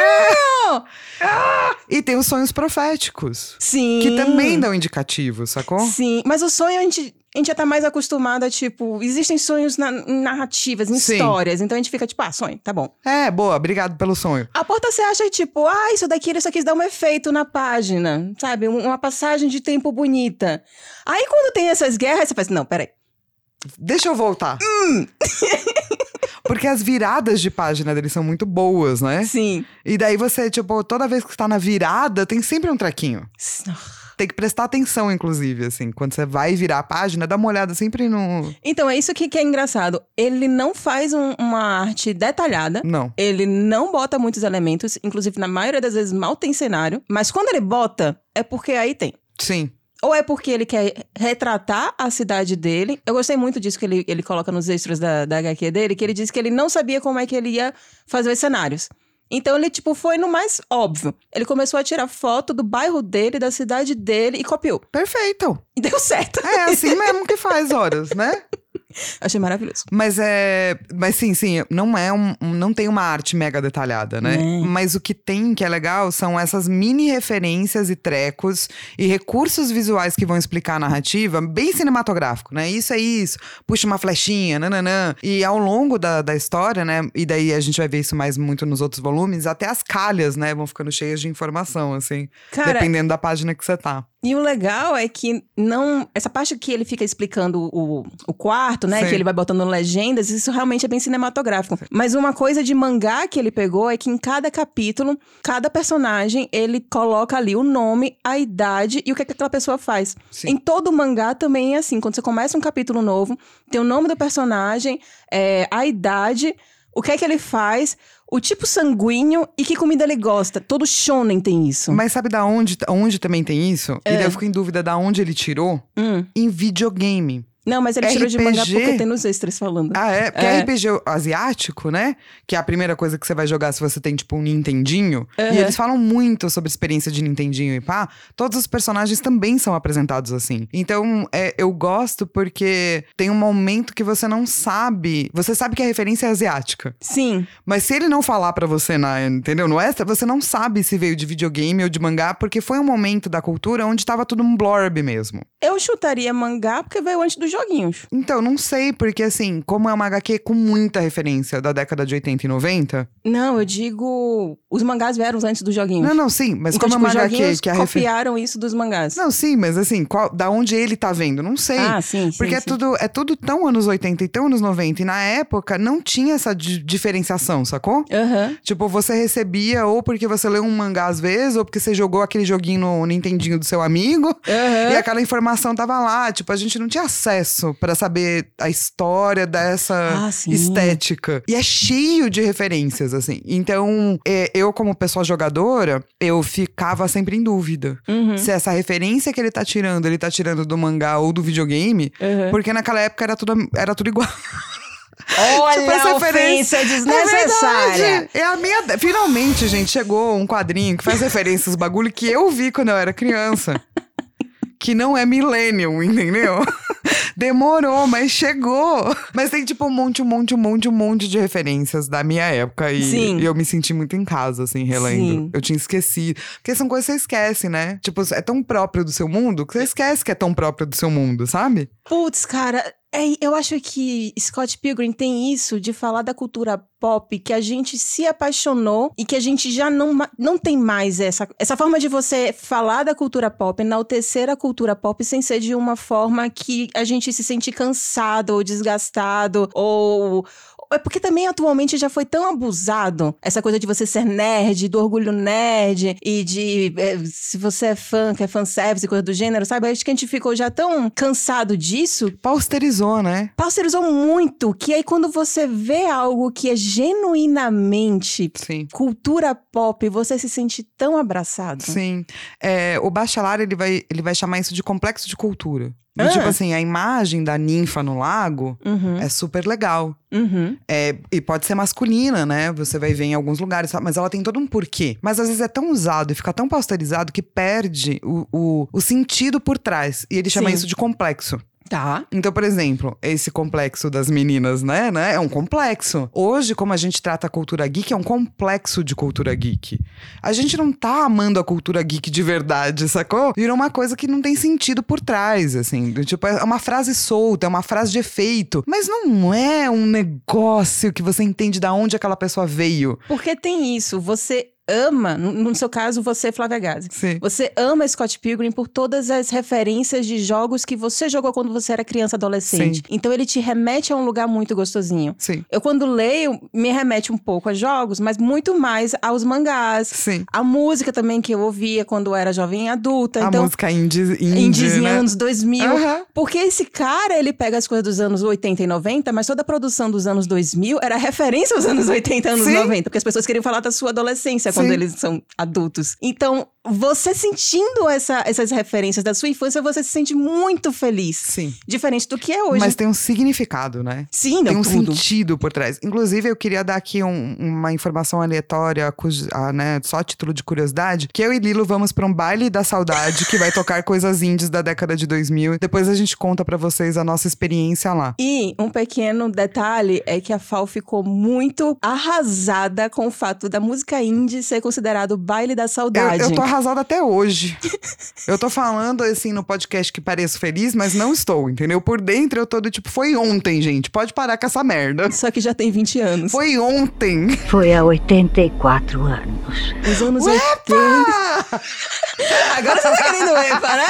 A: E tem os sonhos proféticos,
B: Sim.
A: que também é dão indicativos, sacou?
B: Sim, mas o sonho a gente, a gente já tá mais acostumada, tipo, existem sonhos na- em narrativas, em
A: Sim.
B: histórias. Então a gente fica, tipo, ah, sonho, tá bom.
A: É, boa, obrigado pelo sonho.
B: A porta você acha, tipo, ah, isso daqui ele só quis dar um efeito na página, sabe? Um- Uma passagem de tempo bonita. Aí quando tem essas guerras, você faz, não, peraí.
A: Deixa eu voltar.
B: Hum.
A: Porque as viradas de página deles são muito boas, né?
B: Sim.
A: E daí você, tipo, toda vez que está na virada, tem sempre um traquinho. Tem que prestar atenção, inclusive, assim. Quando você vai virar a página, dá uma olhada sempre no.
B: Então é isso que, que é engraçado. Ele não faz um- uma arte detalhada.
A: Não.
B: Ele não bota muitos elementos, inclusive na maioria das vezes mal tem cenário, mas quando ele bota, é porque aí tem.
A: Sim.
B: Ou é porque ele quer retratar a cidade dele. Eu gostei muito disso que ele, ele coloca nos extras da, da HQ dele, que ele disse que ele não sabia como é que ele ia fazer os cenários. Então ele, tipo, foi no mais óbvio. Ele começou a tirar foto do bairro dele, da cidade dele e copiou.
A: Perfeito.
B: E deu certo.
A: É assim mesmo que faz horas, né?
B: Achei maravilhoso.
A: Mas é. Mas sim, sim, não é um. um- Não tem uma arte mega detalhada, né?
B: Né.
A: Mas o que tem que é legal são essas mini referências e trecos e recursos visuais que vão explicar a narrativa, bem cinematográfico, né? Isso é isso, puxa uma flechinha, nananã. E ao longo da, da história, né? E daí a gente vai ver isso mais muito nos outros volumes, até as calhas, né? Vão ficando cheias de informação, assim,
B: Cara,
A: dependendo da página que você tá.
B: E o legal é que não. Essa parte que ele fica explicando o, o quarto, né?
A: Sim.
B: Que ele vai botando legendas, isso realmente é bem cinematográfico. Mas uma coisa de mangá que ele pegou é que em cada capítulo, cada personagem, ele coloca ali o nome, a idade e o que, é que aquela pessoa faz.
A: Sim.
B: Em todo mangá também é assim. Quando você começa um capítulo novo, tem o nome do personagem, é, a idade, o que é que ele faz, o tipo sanguíneo e que comida ele gosta. Todo shonen tem isso.
A: Mas sabe da onde, onde também tem isso? E
B: É.
A: daí eu fico em dúvida da onde ele tirou?
B: Hum.
A: Em videogame.
B: Não, mas ele tirou de mangá
A: RPG?
B: porque tem nos extras falando.
A: Ah, é? Porque
B: É.
A: RPG asiático, né? Que é a primeira coisa que você vai jogar se você tem, tipo, um Nintendinho.
B: Uhum.
A: E eles falam muito sobre a experiência de Nintendinho e pá. Todos os personagens também são apresentados assim. Então, é, eu gosto porque tem um momento que você não sabe. Você sabe que a referência é asiática.
B: Sim.
A: Mas se ele não falar pra você, na, entendeu? No extra, você não sabe se veio de videogame ou de mangá, porque foi um momento da cultura onde tava tudo um blurb mesmo.
B: Eu chutaria mangá porque veio antes dos joguinhos.
A: Então, não sei, porque assim, como é uma HQ com muita referência da década de 80 e 90.
B: Não, eu digo. Os mangás vieram antes dos joguinhos.
A: Não, não, sim, mas
B: então,
A: como
B: tipo,
A: é
B: os
A: uma HQ
B: joguinhos
A: que a referência.
B: copiaram isso dos mangás.
A: Não, sim, mas assim, qual- da onde ele tá vendo? Não sei.
B: ah, sim, sim.
A: Porque é,
B: sim.
A: Tudo, é tudo tão anos 80 e tão anos 90. E na época não tinha essa di- diferenciação, sacou?
B: Aham.
A: Tipo, você recebia ou porque você leu um mangá às vezes, ou porque você jogou aquele joguinho no Nintendinho do seu amigo.
B: Aham.
A: E aquela informação tava lá, tipo, a gente não tinha acesso pra saber a história dessa
B: Ah, sim.
A: estética. E é cheio de referências, assim. Então, é, eu, como pessoa jogadora, eu ficava sempre em dúvida.
B: Uhum.
A: Se essa referência que ele tá tirando, ele tá tirando do mangá ou do videogame,
B: Aham.
A: porque naquela época era tudo, era tudo igual.
B: Olha
A: Tipo, essa
B: a ofensa desnecessária.
A: É a minha. Finalmente, gente, chegou um quadrinho que faz referência aos bagulho que eu vi quando eu era criança. Que não é millennium, entendeu? Demorou, mas chegou. Mas tem, tipo, um monte, um monte, um monte, um monte de referências da minha época. E,
B: Sim.
A: e eu me senti muito em casa, assim, relendo.
B: Sim.
A: Eu tinha esquecido. Porque são coisas que você esquece, né? Tipo, é tão próprio do seu mundo que você esquece que é tão próprio do seu mundo, sabe?
B: Putz, cara, é, eu acho que Scott Pilgrim tem isso de falar da cultura pop que a gente se apaixonou e que a gente já não, ma- não tem mais essa, essa forma de você falar da cultura pop, enaltecer a cultura pop sem ser de uma forma que a gente se sente cansado ou desgastado ou é porque também atualmente já foi tão abusado essa coisa de você ser nerd, do orgulho nerd e de é, se você é fã, que é fanservice e coisa do gênero, sabe? Acho que a gente ficou já tão cansado disso.
A: Pausterizou, né?
B: Pausterizou muito, que aí quando você vê algo que é genuinamente
A: Sim.
B: cultura pop, você se sente tão abraçado.
A: Sim. É, o bachelar, ele vai, ele vai chamar isso de complexo de cultura. Do
B: Ah.
A: Tipo assim, a imagem da ninfa no lago
B: Uhum.
A: é super legal.
B: Uhum.
A: É, e pode ser masculina, né? Você vai ver em alguns lugares, sabe? mas ela tem todo um porquê. Mas às vezes é tão usado e fica tão pasteurizado que perde o, o, o sentido por trás. E ele chama
B: Sim.
A: isso de complexo.
B: Tá.
A: Então, por exemplo, esse complexo das meninas, né, né? É um complexo. Hoje, como a gente trata a cultura geek, é um complexo de cultura geek. A gente não tá amando a cultura geek de verdade, sacou? Virou uma coisa que não tem sentido por trás, assim. do Tipo, é uma frase solta, é uma frase de efeito. Mas não é um negócio que você entende da onde aquela pessoa veio.
B: Porque tem isso. Você ama, no, no seu caso, você, é Flávia Gazi.
A: Sim.
B: Você ama Scott Pilgrim por todas as referências de jogos que você jogou quando você era criança adolescente. Então ele te remete a um lugar muito gostosinho.
A: Sim.
B: Eu quando leio, me remete um pouco a jogos, mas muito mais aos mangás.
A: Sim.
B: A música também que eu ouvia quando eu era jovem e adulta.
A: a
B: então,
A: música indie, indie,
B: indies em
A: né?
B: anos 2000.
A: Aham.
B: Porque esse cara, ele pega as coisas dos anos 80 e 90, mas toda a produção dos anos 2000 era referência aos anos 80 e anos
A: Sim.
B: 90. Porque as pessoas queriam falar da sua adolescência quando
A: Sim.
B: eles são adultos. Então, você sentindo essa- essas referências da sua infância, você se sente muito feliz.
A: Sim.
B: Diferente do que é hoje.
A: Mas tem um significado, né?
B: Sim, não
A: tem um
B: tudo.
A: sentido por trás. Inclusive, eu queria dar aqui um- uma informação aleatória, cujo- ah, né, só a título de curiosidade, que eu e Lilo vamos pra um baile da saudade que vai tocar coisas indies da década de 2000. Depois a gente conta pra vocês a nossa experiência lá.
B: E um pequeno detalhe é que a Fal ficou muito arrasada com o fato da música indie ser considerado o baile da
A: Eu,
B: saudade.
A: eu tô arrasada até hoje. eu tô falando, assim, no podcast que pareço feliz, mas não estou, entendeu? Por dentro eu tô do tipo, foi ontem, gente. Pode parar com essa merda.
B: Só que já tem 20 anos.
A: Foi ontem.
D: Foi há 84 anos.
B: Os anos 80. Agora você tá querendo epa, né?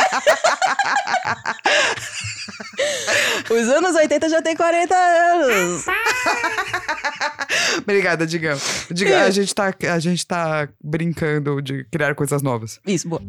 B: Os anos 80 já tem 40 anos.
A: Obrigada, Digão.
B: É.
A: Digão, a gente, tá, a gente tá brincando de criar coisas novas.
B: Isso, boa.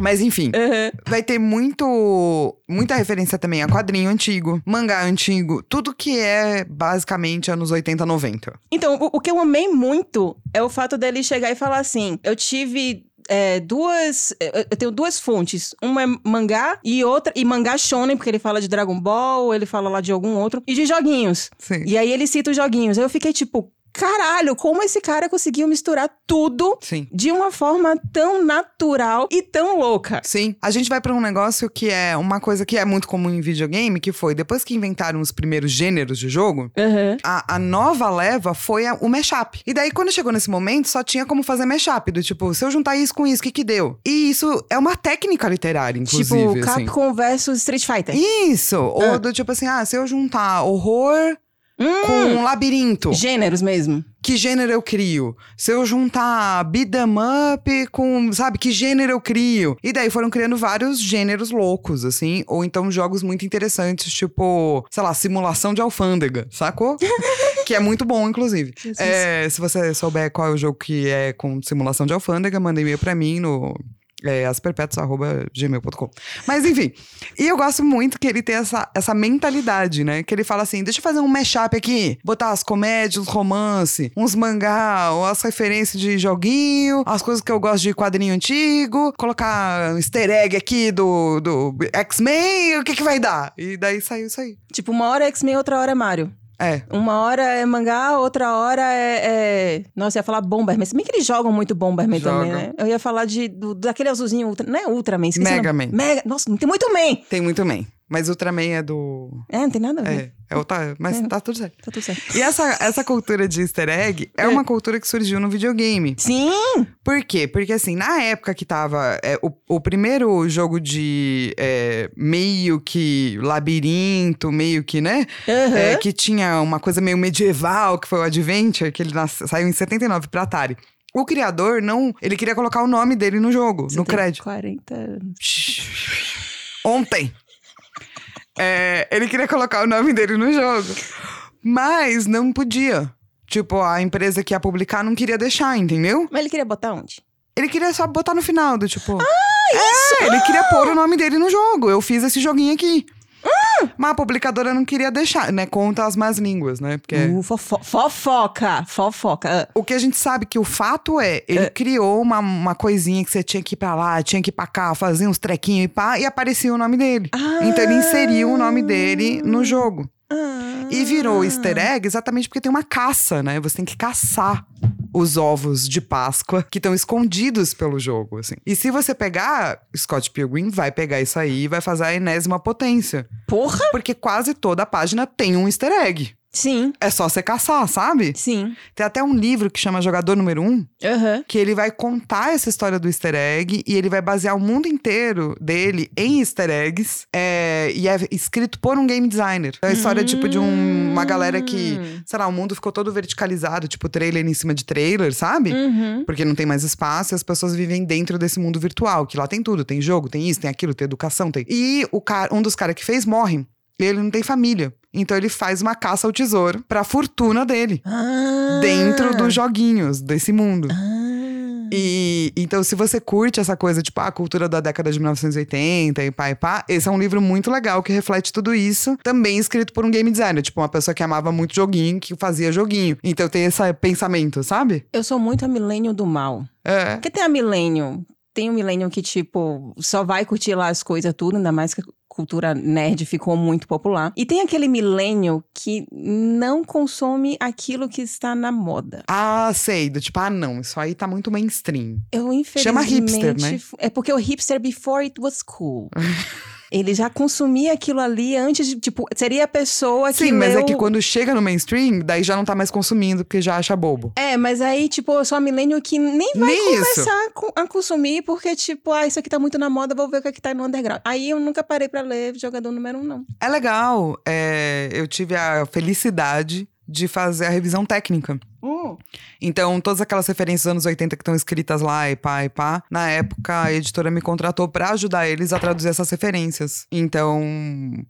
A: Mas enfim,
B: Uhum.
A: vai ter muito muita referência também a quadrinho antigo, mangá antigo, tudo que é basicamente anos 80, 90.
B: Então, o, o que eu amei muito é o fato dele chegar e falar assim: eu tive. é, duas. é, Eu tenho duas fontes. Uma é mangá e outra. E mangá shonen, porque ele fala de Dragon Ball, ele fala lá de algum outro. E de joguinhos.
A: Sim.
B: E aí ele cita os joguinhos. Aí eu fiquei tipo: caralho, como esse cara conseguiu misturar tudo
A: Sim.
B: de uma forma tão natural e tão louca.
A: Sim. A gente vai pra um negócio que é uma coisa que é muito comum em videogame, que foi depois que inventaram os primeiros gêneros de jogo, a, a nova leva foi a- o mashup. E daí, quando chegou nesse momento, só tinha como fazer mashup. Do tipo, se eu juntar isso com isso, o que que deu? E isso é uma técnica literária, inclusive.
B: Tipo,
A: assim.
B: Capcom versus Street Fighter.
A: Isso!
B: Ah.
A: Ou do tipo assim, ah, se eu juntar horror
B: Hum,
A: com um labirinto,
B: Gêneros mesmo.
A: que gênero eu crio? Se eu juntar beat 'em up com, sabe, que gênero eu crio? E daí foram criando vários gêneros loucos, assim, ou então jogos muito interessantes, tipo, sei lá, simulação de alfândega, sacou? que é muito bom, inclusive.
B: Jesus.
A: É, se você souber qual é o jogo que é com simulação de alfândega, manda e-mail pra mim no é, asperpetos.gmail.com. Mas enfim. E eu gosto muito que ele tem essa, essa mentalidade, né? Que ele fala assim: deixa eu fazer um mashup aqui. Botar as comédias, uns romance, uns mangá, ou as referências de joguinho, as coisas que eu gosto de quadrinho antigo, colocar um easter egg aqui do, do X-Men, o que que vai dar? E daí saiu isso aí.
B: Tipo, uma hora é X-Men, outra hora é Mario.
A: É,
B: Uma hora é mangá, outra hora é. é- Nossa, eu ia falar Bomberman. Se bem que eles jogam muito Bomberman também,
A: Jogam.
B: né? Eu ia falar de, do- daquele azulzinho. Ultra... Não é Ultraman, esqueci. o
A: Mega
B: nome.
A: Man.
B: Mega. Nossa, não tem muito Man.
A: tem muito bem. Mas Ultraman é do.
B: É, não tem nada a ver.
A: É, é outra, mas tá tudo certo.
B: Tá tudo certo.
A: E essa, essa cultura de easter egg é,
B: É.
A: uma cultura que surgiu no videogame.
B: Sim!
A: Por quê? Porque, assim, na época que tava é, o, o primeiro jogo de é, meio que labirinto, meio que, né?
B: Aham.
A: É, que tinha uma coisa meio medieval, que foi o Adventure, que ele nasce- saiu em 79 pra Atari. O criador não. Ele queria colocar o nome dele no jogo,
B: Você
A: no
B: tem
A: crédito.
B: 40 anos.
A: Ontem. É, ele queria colocar o nome dele no jogo. Mas não podia. Tipo, a empresa que ia publicar não queria deixar, entendeu?
B: Mas ele queria botar onde?
A: Ele queria só botar Ah! no final do tipo. Ah, isso! É, ele queria pôr o nome dele no jogo. Eu fiz esse joguinho aqui. Mas a publicadora não queria deixar, né? Conta as más línguas, né? Porque
B: Uh, fofo- fofoca, fofoca. Ah,
A: o que a gente sabe que o fato é, ele criou uma, uma coisinha que você tinha que ir pra lá, tinha que ir pra cá, fazia uns trequinhos e pá, e aparecia o nome dele.
B: Ah.
A: Então ele inseriu o nome dele no jogo.
B: ah.
A: E virou easter egg exatamente porque tem uma caça, né? Você tem que caçar os ovos de Páscoa que estão escondidos pelo jogo, assim. E se você pegar, Scott Pilgrim vai pegar isso aí e vai fazer a enésima potência.
B: Porra!
A: Porque quase toda a página tem um easter egg.
B: Sim,
A: É só você caçar, sabe?
B: sim.
A: Tem até um livro que chama Jogador Número 1,
B: Aham.
A: que ele vai contar essa história do easter egg e ele vai basear o mundo inteiro dele em easter eggs. é, e é escrito por um game designer. É a história, tipo, de um- uma galera que,
B: Hum.
A: sei lá, o mundo ficou todo verticalizado, tipo, trailer em cima de trailer, sabe?
B: Uhum.
A: Porque não tem mais espaço e as pessoas vivem dentro desse mundo virtual, que lá tem tudo, tem jogo, tem isso, tem aquilo, tem educação, tem. E o cara, um dos caras que fez morre, e ele não tem família. Então ele faz uma caça ao tesouro pra fortuna dele,
B: Ah.
A: dentro dos joguinhos desse mundo.
B: Ah.
A: E então, se você curte essa coisa, tipo, ah, a cultura da década de 1980 e pá e pá, esse é um livro muito legal que reflete tudo isso. Também escrito por um game designer, tipo, uma pessoa que amava muito joguinho, que fazia joguinho. Então tem esse pensamento, sabe?
B: Eu sou muito a milênio do mal.
A: É.
B: Porque tem a milênio. Tem o milênio que, tipo, só vai curtir lá as coisas tudo, ainda mais que a cultura nerd ficou muito popular. E tem aquele milênio que não consome aquilo que está na moda.
A: Ah, sei, do tipo, ah, não, isso aí tá muito mainstream.
B: Eu, infelizmente...
A: Chama hipster, né?
B: fu- É porque o hipster before it was cool. Ele já consumia aquilo ali antes de, tipo, seria a pessoa que
A: Sim, mas é
B: leu-
A: que quando chega no mainstream, daí já não tá mais consumindo, porque já acha bobo.
B: É, mas aí, tipo, eu sou a milênio que nem vai
A: Nem isso.
B: começar a co- a consumir, porque, tipo, ah, isso aqui tá muito na moda, vou ver o que, é que tá no underground. Aí eu nunca parei pra ler jogador número um, não.
A: É legal, é, eu tive a felicidade de fazer a revisão técnica. Então, todas aquelas referências dos anos 80 que estão escritas lá, e pá, e pá, na época a editora me contratou pra ajudar eles a traduzir essas referências. Então,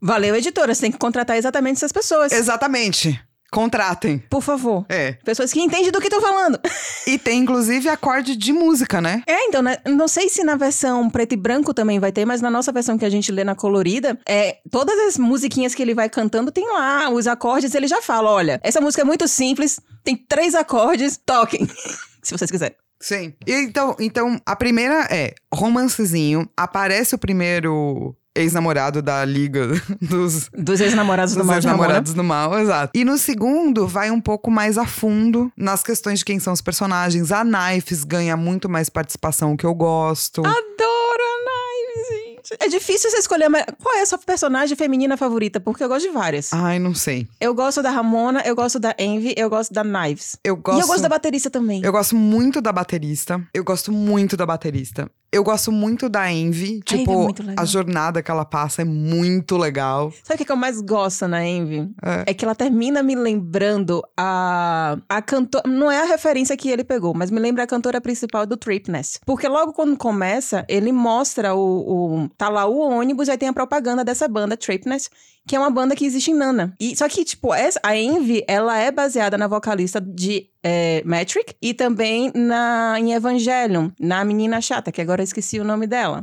B: Valeu, editora, você tem que contratar exatamente essas pessoas.
A: exatamente, contratem.
B: Por favor.
A: É.
B: Pessoas que entendem do que estão falando.
A: E tem inclusive acorde de música, né?
B: É, então, né, não sei se na versão preto e branco também vai ter, mas na nossa versão que a gente lê na colorida, é, todas as musiquinhas que ele vai cantando tem lá, os acordes, ele já fala: olha, essa música é muito simples, tem três acordes, toquem. se vocês quiserem.
A: Sim. E então, então, a primeira é romancezinho. Aparece o primeiro ex-namorado da liga dos,
B: Dos ex-namorados do né?
A: dos
B: Mal de Ramona.
A: ex-namorados do mal, exato. E no segundo, vai um pouco mais a fundo nas questões de quem são os personagens. A Knives ganha muito mais participação, que eu gosto.
B: Ah, Adoro a Knives, gente. É difícil você escolher mas qual é a sua personagem feminina favorita, porque eu gosto de várias.
A: Ai, não sei.
B: Eu gosto da Ramona, eu gosto da Envy, eu gosto da Knives.
A: Eu gosto.
B: E eu gosto da baterista também.
A: eu gosto muito da baterista. Eu gosto muito da baterista. Eu gosto muito da Envy. Tipo,
B: é muito legal.
A: a jornada que ela passa é muito legal.
B: Sabe o que que eu mais gosto na Envy? É, que ela termina me lembrando a, a cantora. Não é a referência que ele pegou, mas me lembra a cantora principal do Tripness. Porque logo quando começa, ele mostra o. o tá lá o ônibus, aí tem a propaganda dessa banda, Tripness, que é uma banda que existe em Nana. E, só que, tipo, essa- a Envy, ela é baseada na vocalista de. é, Metric e também na, em Evangelion, na menina chata, que agora eu esqueci o nome dela.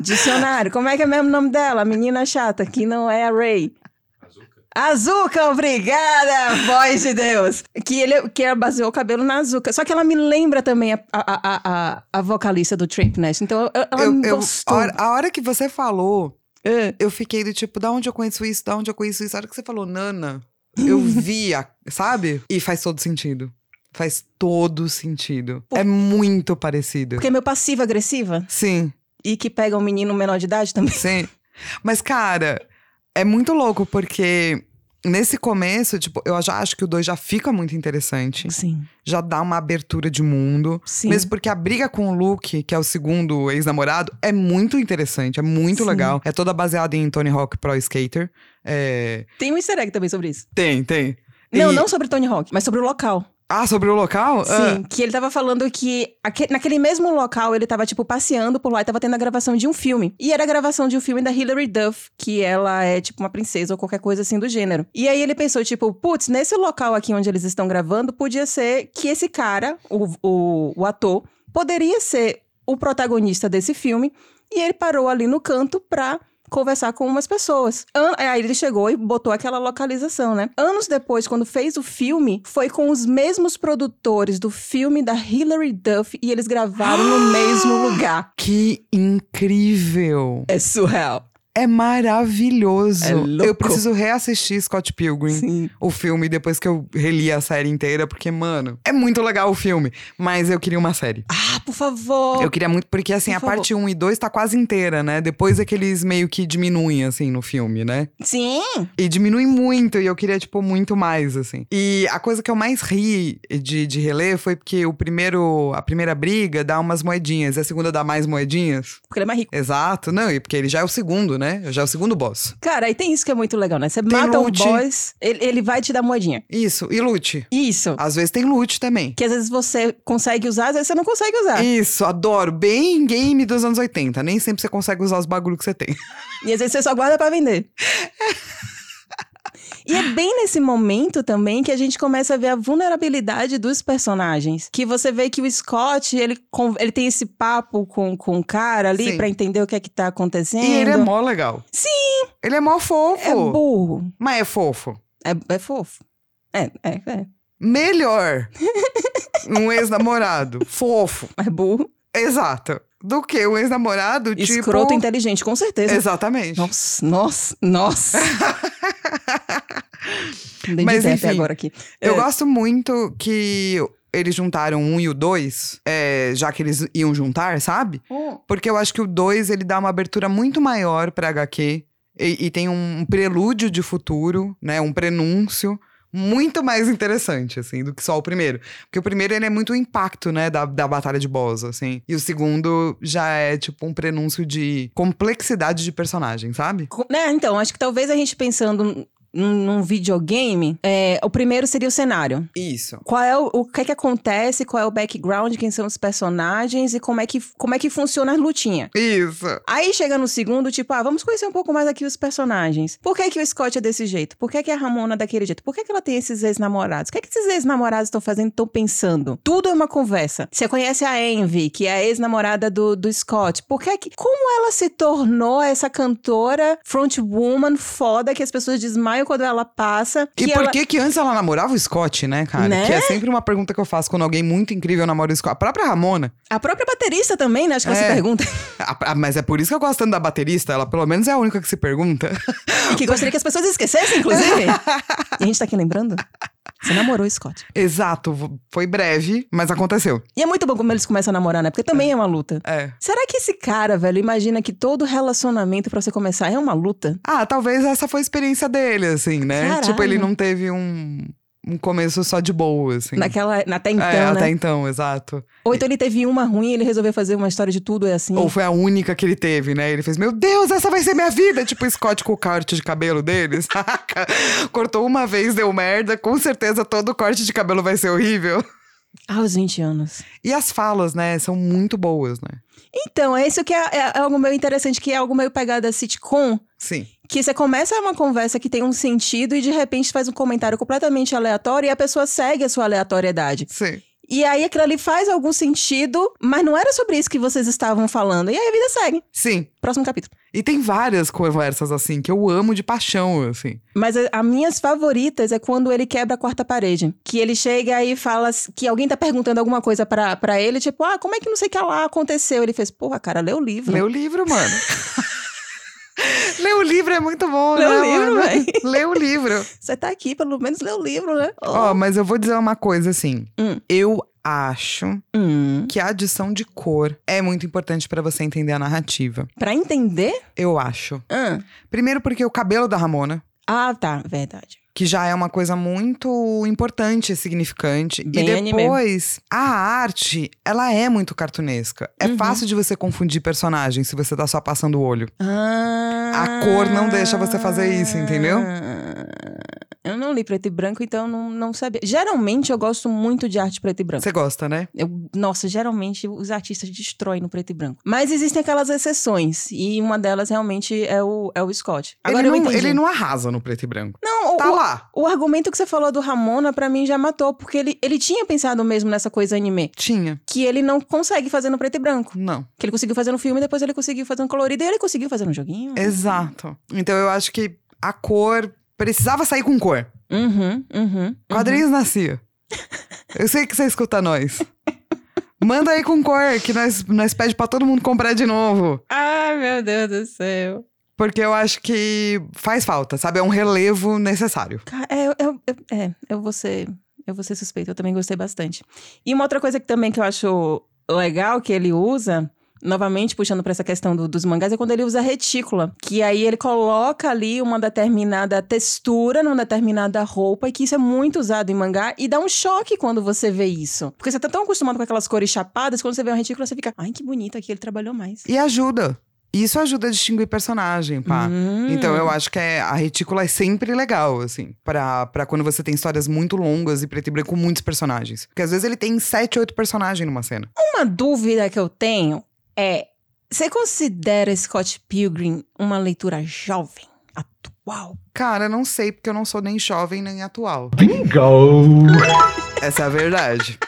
B: Dicionário, como é que é mesmo o nome dela? A menina chata, que não é a Ray. Azuka, obrigada, voz de Deus. Que ele que ela baseou o cabelo na Azuka. Só que ela me lembra também a, a, a, a, a vocalista do Tripness. Então, eu- ela
A: Eu-
B: me
A: eu- a
B: gostou.
A: hora- a hora que você falou,
B: É.
A: eu fiquei do tipo, da onde eu conheço isso? Da onde eu conheço isso? A hora que você falou, Nana, eu vi, a- sabe? E faz todo sentido. Faz todo sentido.
B: Por-
A: É muito parecido.
B: Porque é meu passivo agressiva
A: Sim,
B: e que pega um menino menor de idade também.
A: sim. Mas, cara, é muito louco, porque nesse começo, tipo, eu já acho que o 2 já fica muito interessante.
B: Sim,
A: Já dá uma abertura de mundo.
B: sim.
A: Mesmo porque a briga com o Luke, que é o segundo ex-namorado, é muito interessante, é muito
B: Sim.
A: legal. É toda baseada em Tony Hawk Pro Skater. É,
B: Tem um easter egg também sobre isso.
A: Tem, tem.
B: Não,
A: E-
B: não sobre Tony Hawk, mas sobre o local.
A: Ah, sobre o local? Ah,
B: Sim, que ele tava falando que aque- naquele mesmo local ele tava, tipo, passeando por lá e tava tendo a gravação de um filme. E era a gravação de um filme da Hilary Duff, que ela é, tipo, uma princesa ou qualquer coisa assim do gênero. E aí ele pensou, tipo, putz, nesse local aqui onde eles estão gravando, podia ser que esse cara, o, o, o ator, poderia ser o protagonista desse filme. E ele parou ali no canto pra conversar com umas pessoas. An- é, Aí ele chegou e botou aquela localização, né? Anos depois, quando fez o filme, foi com os mesmos produtores do filme da Hilary Duff e eles gravaram no mesmo lugar.
A: Que incrível!
B: É surreal.
A: É maravilhoso.
B: É louco.
A: eu preciso reassistir Scott Pilgrim,
B: Sim.
A: o filme, depois que eu reli a série inteira, porque, mano, é muito legal o filme, mas eu queria uma série.
B: Ah, por favor.
A: Eu queria muito, porque assim,
B: Por
A: a
B: favor.
A: parte 1 e 2 tá quase inteira, né? Depois é que eles meio que diminuem, assim, no filme, né?
B: Sim.
A: E diminui muito, e eu queria, tipo, muito mais, assim. E a coisa que eu mais ri de, de reler foi porque o primeiro, a primeira briga dá umas moedinhas, e a segunda dá mais moedinhas.
B: Porque ele é mais rico.
A: Exato, não, e porque ele já é o segundo, né? Já é o segundo boss.
B: Cara, e tem isso que é muito legal, né? Você mata
A: loot.
B: o boss, ele, ele vai te dar moedinha.
A: Isso, e loot.
B: Isso.
A: Às vezes tem loot também.
B: Que às vezes você consegue usar, às vezes você não consegue usar. E,
A: Isso, adoro. Bem game dos anos 80. Nem sempre você consegue usar os bagulho que você tem.
B: às vezes você só guarda pra vender. E é bem nesse momento também que a gente começa a ver a vulnerabilidade dos personagens. Que você vê que o Scott, ele, con- ele tem esse papo com, com o cara ali
A: Sim.
B: pra entender o que é que tá acontecendo.
A: E ele é mó legal. Sim! Ele é mó fofo.
B: É burro.
A: mas é fofo.
B: É, é fofo. É, é, é.
A: Melhor um ex-namorado fofo.
B: Mas É burro.
A: Exato. Do que o ex-namorado, tipo.
B: Escroto inteligente, com certeza.
A: Exatamente.
B: Nossa, nossa, nossa.
A: Mas,
B: Dei Mas, de
A: enfim,
B: enfim, agora aqui.
A: Eu
B: É.
A: gosto muito que eles juntaram um e o dois, é, já que eles iam juntar, sabe? Porque eu acho que o dois ele dá uma abertura muito maior pra HQ. E, e tem um prelúdio de futuro, né? Um prenúncio. Muito mais interessante, assim, do que só o primeiro. Porque o primeiro, ele é muito o impacto, né, da, da Batalha de Boss, assim. E o segundo já é, tipo, um prenúncio de complexidade de personagem, sabe?
B: Co- né, então, acho que talvez a gente pensando num- num videogame, é, o primeiro seria o cenário.
A: Isso.
B: Qual é o, o que é que acontece, qual é o background, quem são os personagens e como é que, como é que funciona a lutinha.
A: Isso.
B: Aí chega no segundo, tipo, ah, vamos conhecer um pouco mais aqui os personagens. Por que que o Scott é desse jeito? Por que que a Ramona é daquele jeito? Por que que ela tem esses ex-namorados? O que que esses ex-namorados estão fazendo, estão pensando? Tudo é uma conversa. Você conhece a Envy, que é a ex-namorada do, do Scott. Por que que... Como ela se tornou essa cantora frontwoman foda que as pessoas desmaiam quando ela passa?
A: E
B: que
A: por
B: ela-
A: que que antes ela namorava o Scott, né, cara?
B: Né?
A: Que é sempre uma pergunta que eu faço quando alguém muito incrível namora o Scott. A própria Ramona.
B: A própria baterista também, né? Acho que ela
A: É.
B: se pergunta.
A: A- a- mas é por isso que eu gosto tanto da baterista. Ela pelo menos é a única que se pergunta.
B: que gostaria que as pessoas esquecessem, inclusive. e a gente tá aqui lembrando? Você namorou o Scott.
A: Exato. v- Foi breve, mas aconteceu.
B: E é muito bom como eles começam a namorar, né? Porque também é uma luta.
A: É.
B: Será que esse cara, velho, imagina que todo relacionamento pra você começar é uma luta?
A: Ah, talvez essa foi a experiência dele, assim, né?
B: Caralho.
A: Tipo, ele não teve um, um começo só de boa, assim.
B: Naquela, na- até então,
A: é,
B: né?
A: até então, exato.
B: Ou então ele teve uma ruim e ele resolveu fazer uma história de tudo, é assim.
A: Ou foi a única que ele teve, né? Ele fez, meu Deus, essa vai ser minha vida! Tipo o Scott com o corte de cabelo dele, saca? Cortou uma vez, deu merda. Com certeza todo corte de cabelo vai ser horrível.
B: Aos 20 anos.
A: E as falas, né? São muito boas, né?
B: Então, é isso que é, é- é algo meio interessante, que é algo meio pegada sitcom.
A: Sim.
B: Que você começa uma conversa que tem um sentido e de repente faz um comentário completamente aleatório e a pessoa segue a sua aleatoriedade.
A: Sim.
B: E aí aquilo ali faz algum sentido, mas não era sobre isso que vocês estavam falando. E aí a vida segue.
A: Sim.
B: Próximo capítulo.
A: E tem várias conversas assim que eu amo de paixão, assim.
B: Mas a, a minhas favoritas é quando ele quebra a quarta parede. Que ele chega e fala s- que alguém tá perguntando alguma coisa pra pra ele, tipo, ah, como é que não sei o que lá aconteceu? Ele fez, porra, cara, lê o livro.
A: Lê o livro, mano. Lê o livro é muito bom,
B: Lê o
A: né,
B: livro,
A: mano?
B: véi.
A: Lê o livro.
B: Você tá aqui, pelo menos lê o livro, né?
A: Ó,
B: Ó.
A: mas eu vou dizer uma coisa assim.
B: Hum.
A: Eu acho
B: Hum,
A: que a adição de cor é muito importante pra você entender a narrativa.
B: pra entender?
A: Eu acho.
B: Ah,
A: Primeiro porque o cabelo da Ramona,
B: Ah, tá, verdade.
A: que já é uma coisa muito importante e significante.
B: Bem
A: e
B: anime.
A: depois, a arte, ela é muito cartunesca. É
B: Uhum.
A: fácil de você confundir personagens se você tá só passando o olho.
B: Ah.
A: A cor não deixa você fazer isso, entendeu?
B: Eu não li preto e branco, então não, não sabia. Geralmente eu gosto muito de arte preto e branco.
A: Você gosta, né?
B: Eu- nossa, geralmente os artistas destroem no preto e branco. Mas existem aquelas exceções, e uma delas realmente é o, é o Scott. Agora
A: ele,
B: eu
A: não,
B: entendi.
A: ele não arrasa no preto e branco.
B: Não,
A: tá lá.
B: O argumento que você falou do Ramona, pra mim, já matou, porque ele, ele tinha pensado mesmo nessa coisa anime,
A: Tinha.
B: que ele não consegue fazer no preto e branco.
A: Não.
B: Que ele conseguiu fazer no filme, depois ele conseguiu fazer no colorido, e ele conseguiu fazer no joguinho.
A: Exato. Então eu acho que a cor precisava sair com cor.
B: Uhum, uhum. uhum.
A: Quadrinhos nascia. Eu sei que você escuta nós. Manda aí com cor, que nós, nós pede pra todo mundo comprar de novo.
B: Ai, meu Deus do céu.
A: Porque eu acho que faz falta, sabe? É um relevo necessário.
B: Ca- É, eu, eu- eu- é, eu vou ser, eu vou ser suspeita, eu também gostei bastante. E uma outra coisa que também que eu acho legal que ele usa, novamente puxando pra essa questão do- dos mangás, é quando ele usa a retícula. Que aí ele coloca ali uma determinada textura numa determinada roupa, e que isso é muito usado em mangá, e dá um choque quando você vê isso. Porque você tá tão acostumado com aquelas cores chapadas, quando você vê uma retícula, você fica, ai, que bonito aqui, ele trabalhou mais.
A: E ajuda. Isso ajuda a distinguir personagem, pá.
B: Hum.
A: Então eu acho que é- a retícula é sempre legal, assim. Pra, pra quando você tem histórias muito longas e preto e branco com muitos personagens. Porque às vezes ele tem sete, oito personagens numa cena.
B: Uma dúvida que eu tenho é: você considera Scott Pilgrim uma leitura jovem, atual?
A: Cara, não sei, porque eu não sou nem jovem nem atual.
E: Bingo!
A: Essa é a verdade.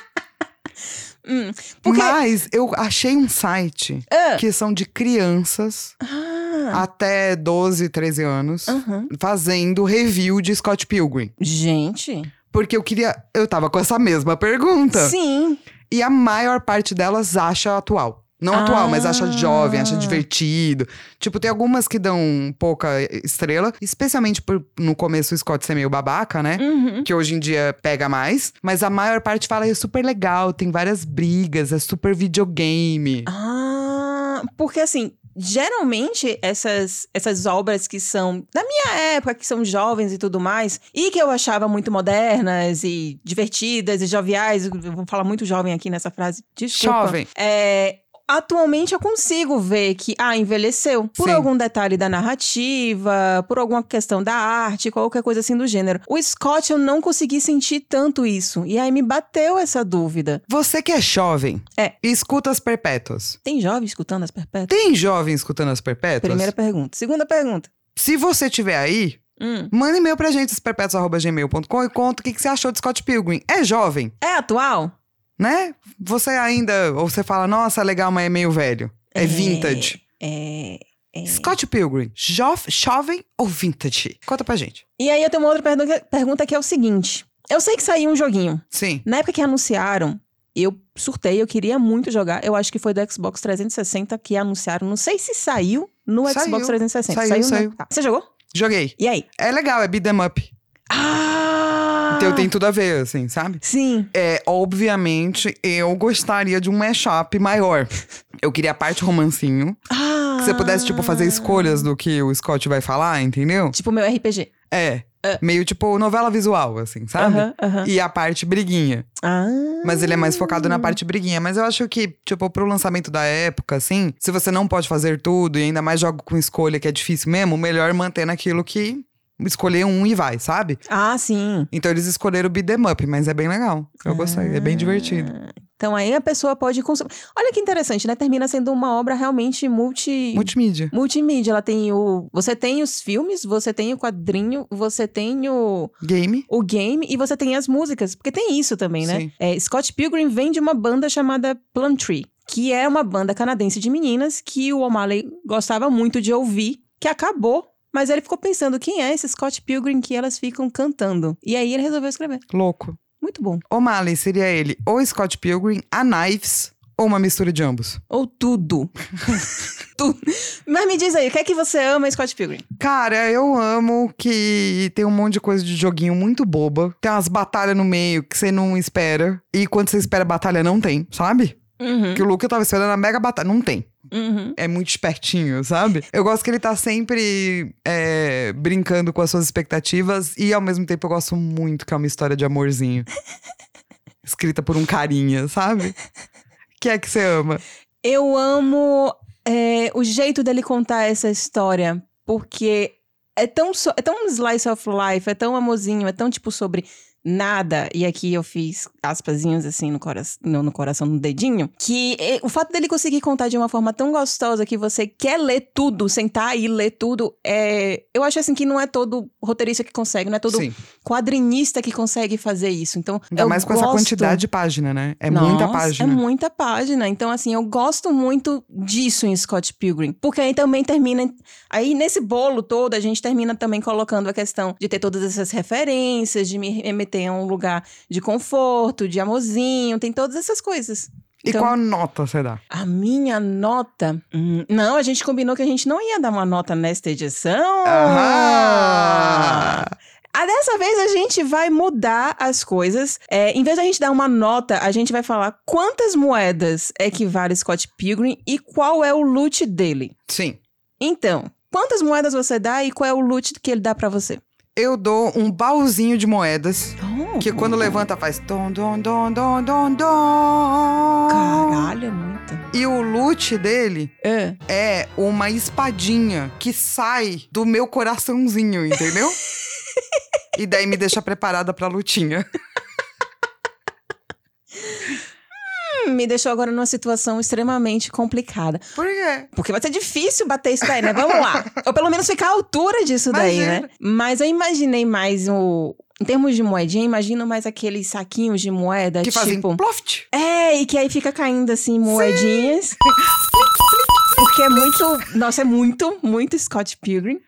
B: Hum, porque.
A: Mas eu achei um site
B: Ah.
A: que são de crianças
B: Ah,
A: até 12, 13 anos
B: aham.
A: fazendo review de Scott Pilgrim.
B: Gente.
A: Porque eu queria. Eu tava com essa mesma pergunta.
B: Sim.
A: E a maior parte delas acha atual. Não atual, mas acha
B: Ah.
A: jovem, acha divertido. Tipo, tem algumas que dão pouca estrela, especialmente por no começo o Scott ser meio babaca, né?
B: Uhum.
A: que hoje em dia pega mais, mas a maior parte fala é super legal, tem várias brigas, é super videogame.
B: Ah, porque assim, geralmente essas, essas obras que são da minha época, que são jovens e tudo mais, e que eu achava muito modernas e divertidas e joviais, eu vou falar muito jovem aqui nessa frase, desculpa.
A: Jovem.
B: É, atualmente eu consigo ver que ah, envelheceu por
A: Sim.
B: algum detalhe da narrativa, por alguma questão da arte, qualquer coisa assim do gênero. O Scott eu não consegui sentir tanto isso. E aí me bateu essa dúvida.
A: Você que é jovem,
B: É.
A: escuta as perpétuas.
B: Tem jovem escutando as perpétuas?
A: Tem jovem escutando as perpétuas?
B: Primeira pergunta. Segunda pergunta.
A: Se você tiver aí,
B: Hum,
A: manda e-mail pra gente, esperpetos.gmail.com, e conta o que, que você achou de Scott Pilgrim. É jovem,
B: É atual?
A: né? Você ainda. Ou você fala, nossa, legal, mas é meio velho. É, vintage.
B: É. é.
A: Scott Pilgrim, jo jovem ou vintage? Conta pra gente.
B: E aí eu tenho uma outra pergunta- pergunta que é o seguinte. Eu sei que saiu um joguinho.
A: Sim.
B: Na época que anunciaram, eu surtei, eu queria muito jogar. Eu acho que foi do Xbox 360 que anunciaram. Não sei se saiu no
A: Saiu.
B: Xbox 360.
A: Saiu,
B: né?
A: saiu.
B: Tá. Você jogou?
A: Joguei.
B: E aí?
A: É legal, é beat 'em up.
B: Ah!
A: Então tem tudo a ver, assim, sabe?
B: Sim.
A: É, obviamente, eu gostaria de um mashup maior. Eu queria a parte romancinho.
B: Ah!
A: Que você pudesse, tipo, fazer escolhas do que o Scott vai falar, entendeu?
B: Tipo meu RPG.
A: É. Meio tipo novela visual, assim, sabe?
B: Aham, aham.
A: E a parte briguinha.
B: Ah.
A: Mas ele é mais focado na parte briguinha. Mas eu acho que, tipo, pro lançamento da época, assim, se você não pode fazer tudo e ainda mais joga com escolha, que é difícil mesmo, melhor manter naquilo que escolher um e vai, sabe?
B: Ah, sim.
A: Então eles escolheram o beat 'em up, mas é bem legal. Eu gostei, é bem divertido.
B: Ah. Então aí a pessoa pode consumir. Olha que interessante, né? Termina sendo uma obra realmente multi...
A: Multimídia.
B: multimídia. Ela tem o. Você tem os filmes, você tem o quadrinho, você tem o.
A: Game.
B: o game e você tem as músicas, porque tem isso também, né?
A: Sim.
B: É, Scott Pilgrim vem de uma banda chamada Plumtree, que é uma banda canadense de meninas que o O'Malley gostava muito de ouvir, que acabou. Mas ele ficou pensando, quem é esse Scott Pilgrim que elas ficam cantando? E aí ele resolveu escrever.
A: Louco.
B: Muito bom.
A: O Mali seria ele ou Scott Pilgrim, a Knives, ou uma mistura de ambos?
B: Ou tudo. tudo. Mas me diz aí, o que é que você ama em Scott Pilgrim?
A: Cara, eu amo que tem um monte de coisa de joguinho muito boba. Tem umas batalhas no meio que você não espera. E quando você espera batalha, não tem, sabe?
B: Uhum,
A: Que o Luke eu tava esperando a mega batalha. Não tem.
B: uhum.
A: É muito espertinho, sabe? Eu gosto que ele tá sempre é, brincando com as suas expectativas. E ao mesmo tempo eu gosto muito que é uma história de amorzinho. escrita por um carinha, sabe? Que é que você ama?
B: Eu amo é, o jeito dele contar essa história, porque é tão, so- é tão slice of life, é tão amorzinho, é tão tipo sobre nada, e aqui eu fiz aspasinhas assim no coração, não no coração, no dedinho, que eh, o fato dele conseguir contar de uma forma tão gostosa que você quer ler tudo, sentar e ler tudo, é, eu acho assim que não é todo roteirista que consegue, não é todo
A: Sim.
B: quadrinista que consegue fazer isso. Então,
A: Ainda
B: eu
A: mais com essa
B: gosto-
A: quantidade de página, né? É
B: Nossa,
A: muita página.
B: É muita página. Então, assim, eu gosto muito disso em Scott Pilgrim. Porque aí também termina. Aí, nesse bolo todo, a gente termina também colocando a questão de ter todas essas referências, de me remeter a um lugar de conforto, de amorzinho, tem todas essas coisas.
A: E
B: Então-
A: qual nota você dá?
B: A minha nota. Hum, não, a gente combinou que a gente não ia dar uma nota nesta edição.
A: Aham!
B: Ah, dessa vez a gente vai mudar as coisas. É, em vez da gente dar uma nota, a gente vai falar quantas moedas equivale Scott Pilgrim e qual é o loot dele.
A: Sim.
B: Então, quantas moedas você dá e qual é o loot que ele dá pra você?
A: Eu dou um baúzinho de moedas.
B: Oh,
A: Que quando levanta faz dom, dom, dom, dom, dom, dom.
B: Caralho, é muita.
A: E o loot dele
B: É.
A: é uma espadinha que sai do meu coraçãozinho, entendeu? e daí me deixa preparada pra lutinha.
B: Hum, me deixou agora numa situação extremamente complicada.
A: Por quê?
B: Porque vai ser difícil bater isso daí, né? Vamos lá. Ou pelo menos ficar à altura disso daí,
A: Imagina.
B: né? Mas eu imaginei mais o. Em termos de moedinha, imagino mais aqueles saquinhos de moeda,
A: Que fazem
B: tipo.
A: ploft.
B: É, e que aí fica caindo assim, moedinhas. Porque é muito. Nossa, é muito, muito Scott Pilgrim.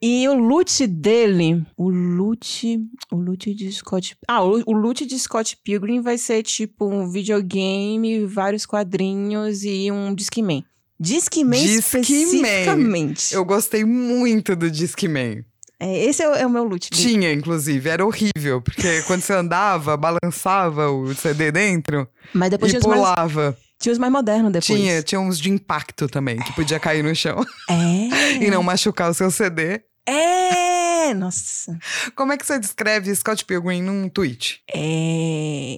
B: E o loot dele. O loot. O loot de Scott. Ah, o, o loot de Scott Pilgrim vai ser tipo um videogame, vários quadrinhos e um Discman. Discman
A: Discman.
B: especificamente.
A: Eu gostei muito do Disque Man.
B: É, esse é, o- é o meu loot.
A: Tinha, inclusive, era horrível, porque quando você andava, balançava o CD dentro
B: Mas depois
A: e
B: tinha os, mais,
A: pulava.
B: tinha os mais modernos depois.
A: Tinha, tinha uns de impacto também, que podia cair no chão
B: É.
A: e não machucar o seu CD.
B: É! Nossa.
A: Como é que você descreve Scott Pilgrim num tweet?
B: É...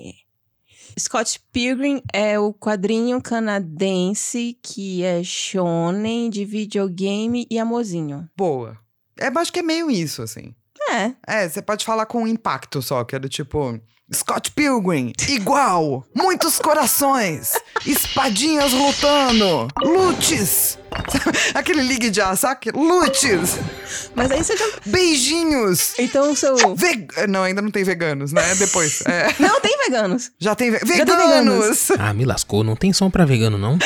B: Scott Pilgrim é o quadrinho canadense que é shonen de videogame e amorzinho.
A: Boa. É, acho que é meio isso, assim.
B: É.
A: É, você pode falar com impacto só, que é do tipo... Scott Pilgrim, igual, muitos corações, espadinhas lutando, lutes. Aquele ligue de saca? Lutes,
B: Mas aí você já...
A: beijinhos.
B: Então o seu...
A: Ve- Não, ainda não tem veganos, né? Depois. é.
B: Não, tem veganos.
A: Já tem ve-
B: tem veganos.
A: veganos.
C: Ah, me lascou, não tem som pra vegano, não.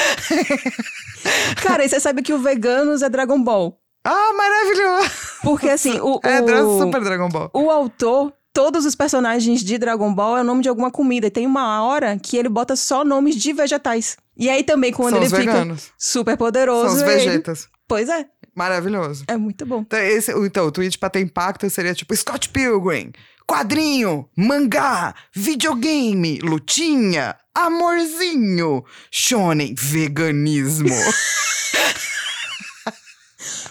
B: Cara, e você sabe que o veganos é Dragon Ball.
A: Ah, maravilhoso!
B: Porque assim, o...
A: É,
B: o-
A: dra- Super Dragon Ball.
B: o autor... Todos os personagens de Dragon Ball é o nome de alguma comida. E tem uma hora que ele bota só nomes de vegetais. E aí também, quando
A: São
B: ele
A: os
B: fica
A: veganos.
B: super
A: São
B: poderoso.
A: os
B: ele-
A: vegetas.
B: Pois é,
A: Maravilhoso.
B: é muito bom.
A: Então, esse- o- então, o tweet pra ter impacto seria tipo Scott Pilgrim, quadrinho, mangá, videogame, lutinha, amorzinho, shonen, veganismo.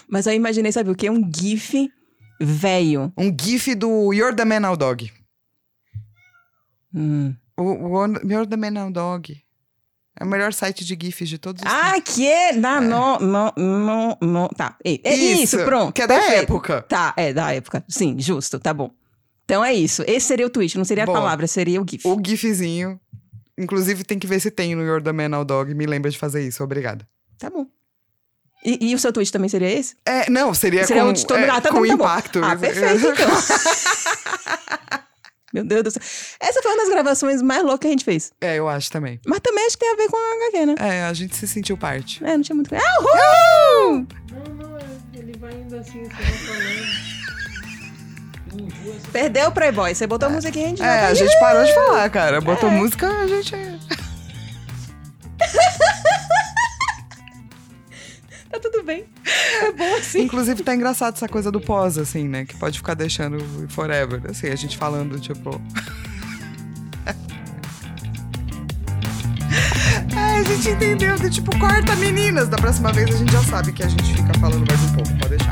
B: Mas eu imaginei, sabe o quê? Um gif velho.
A: um gif do You're the Man Now Dog.
B: Hum.
A: O, o You're the Man Now Dog é o melhor site de gifs de todos os tempos.
B: Ah, que?
A: É.
B: Não, não, não, não, não. Tá, é, é isso, pronto.
A: Que é da
B: perfeito.
A: época.
B: Tá, é da época. Sim, justo, tá bom. Então é isso. Esse seria o tweet, não seria a
A: Boa.
B: palavra, seria o gif.
A: O gifzinho. Inclusive, tem que ver se tem no Your the Man Now Dog. Me lembra de fazer isso, obrigada.
B: Tá bom. E, e o seu tweet também seria esse?
A: É, não, seria,
B: Seria
A: com,
B: um de todo-
A: é,
B: Ah, tá
A: com
B: bom, tá bom.
A: impacto.
B: Ah, perfeito, então. Meu Deus do céu. Essa foi uma das gravações mais loucas que a gente fez.
A: é, eu acho também.
B: Mas também acho que tem a ver com a HQ, né?
A: É, a gente se sentiu parte.
B: É, não tinha muito... Ah, uhul!
E: Não, não, ele vai indo assim, você vai falando.
B: Perdeu o Playboy. Você botou a musiquinha e a gente
A: É, a
B: volta.
A: gente parou de falar, cara. Botou
B: É.
A: música, a gente. é.
B: Tá tudo bem. É bom assim.
A: Inclusive, tá engraçado essa coisa do pós, assim, né? Que pode ficar deixando forever. Assim, a gente falando, tipo. é, a gente entendeu. do Tipo, corta meninas. Da próxima vez a gente já sabe que a gente fica falando mais um pouco, pode deixar.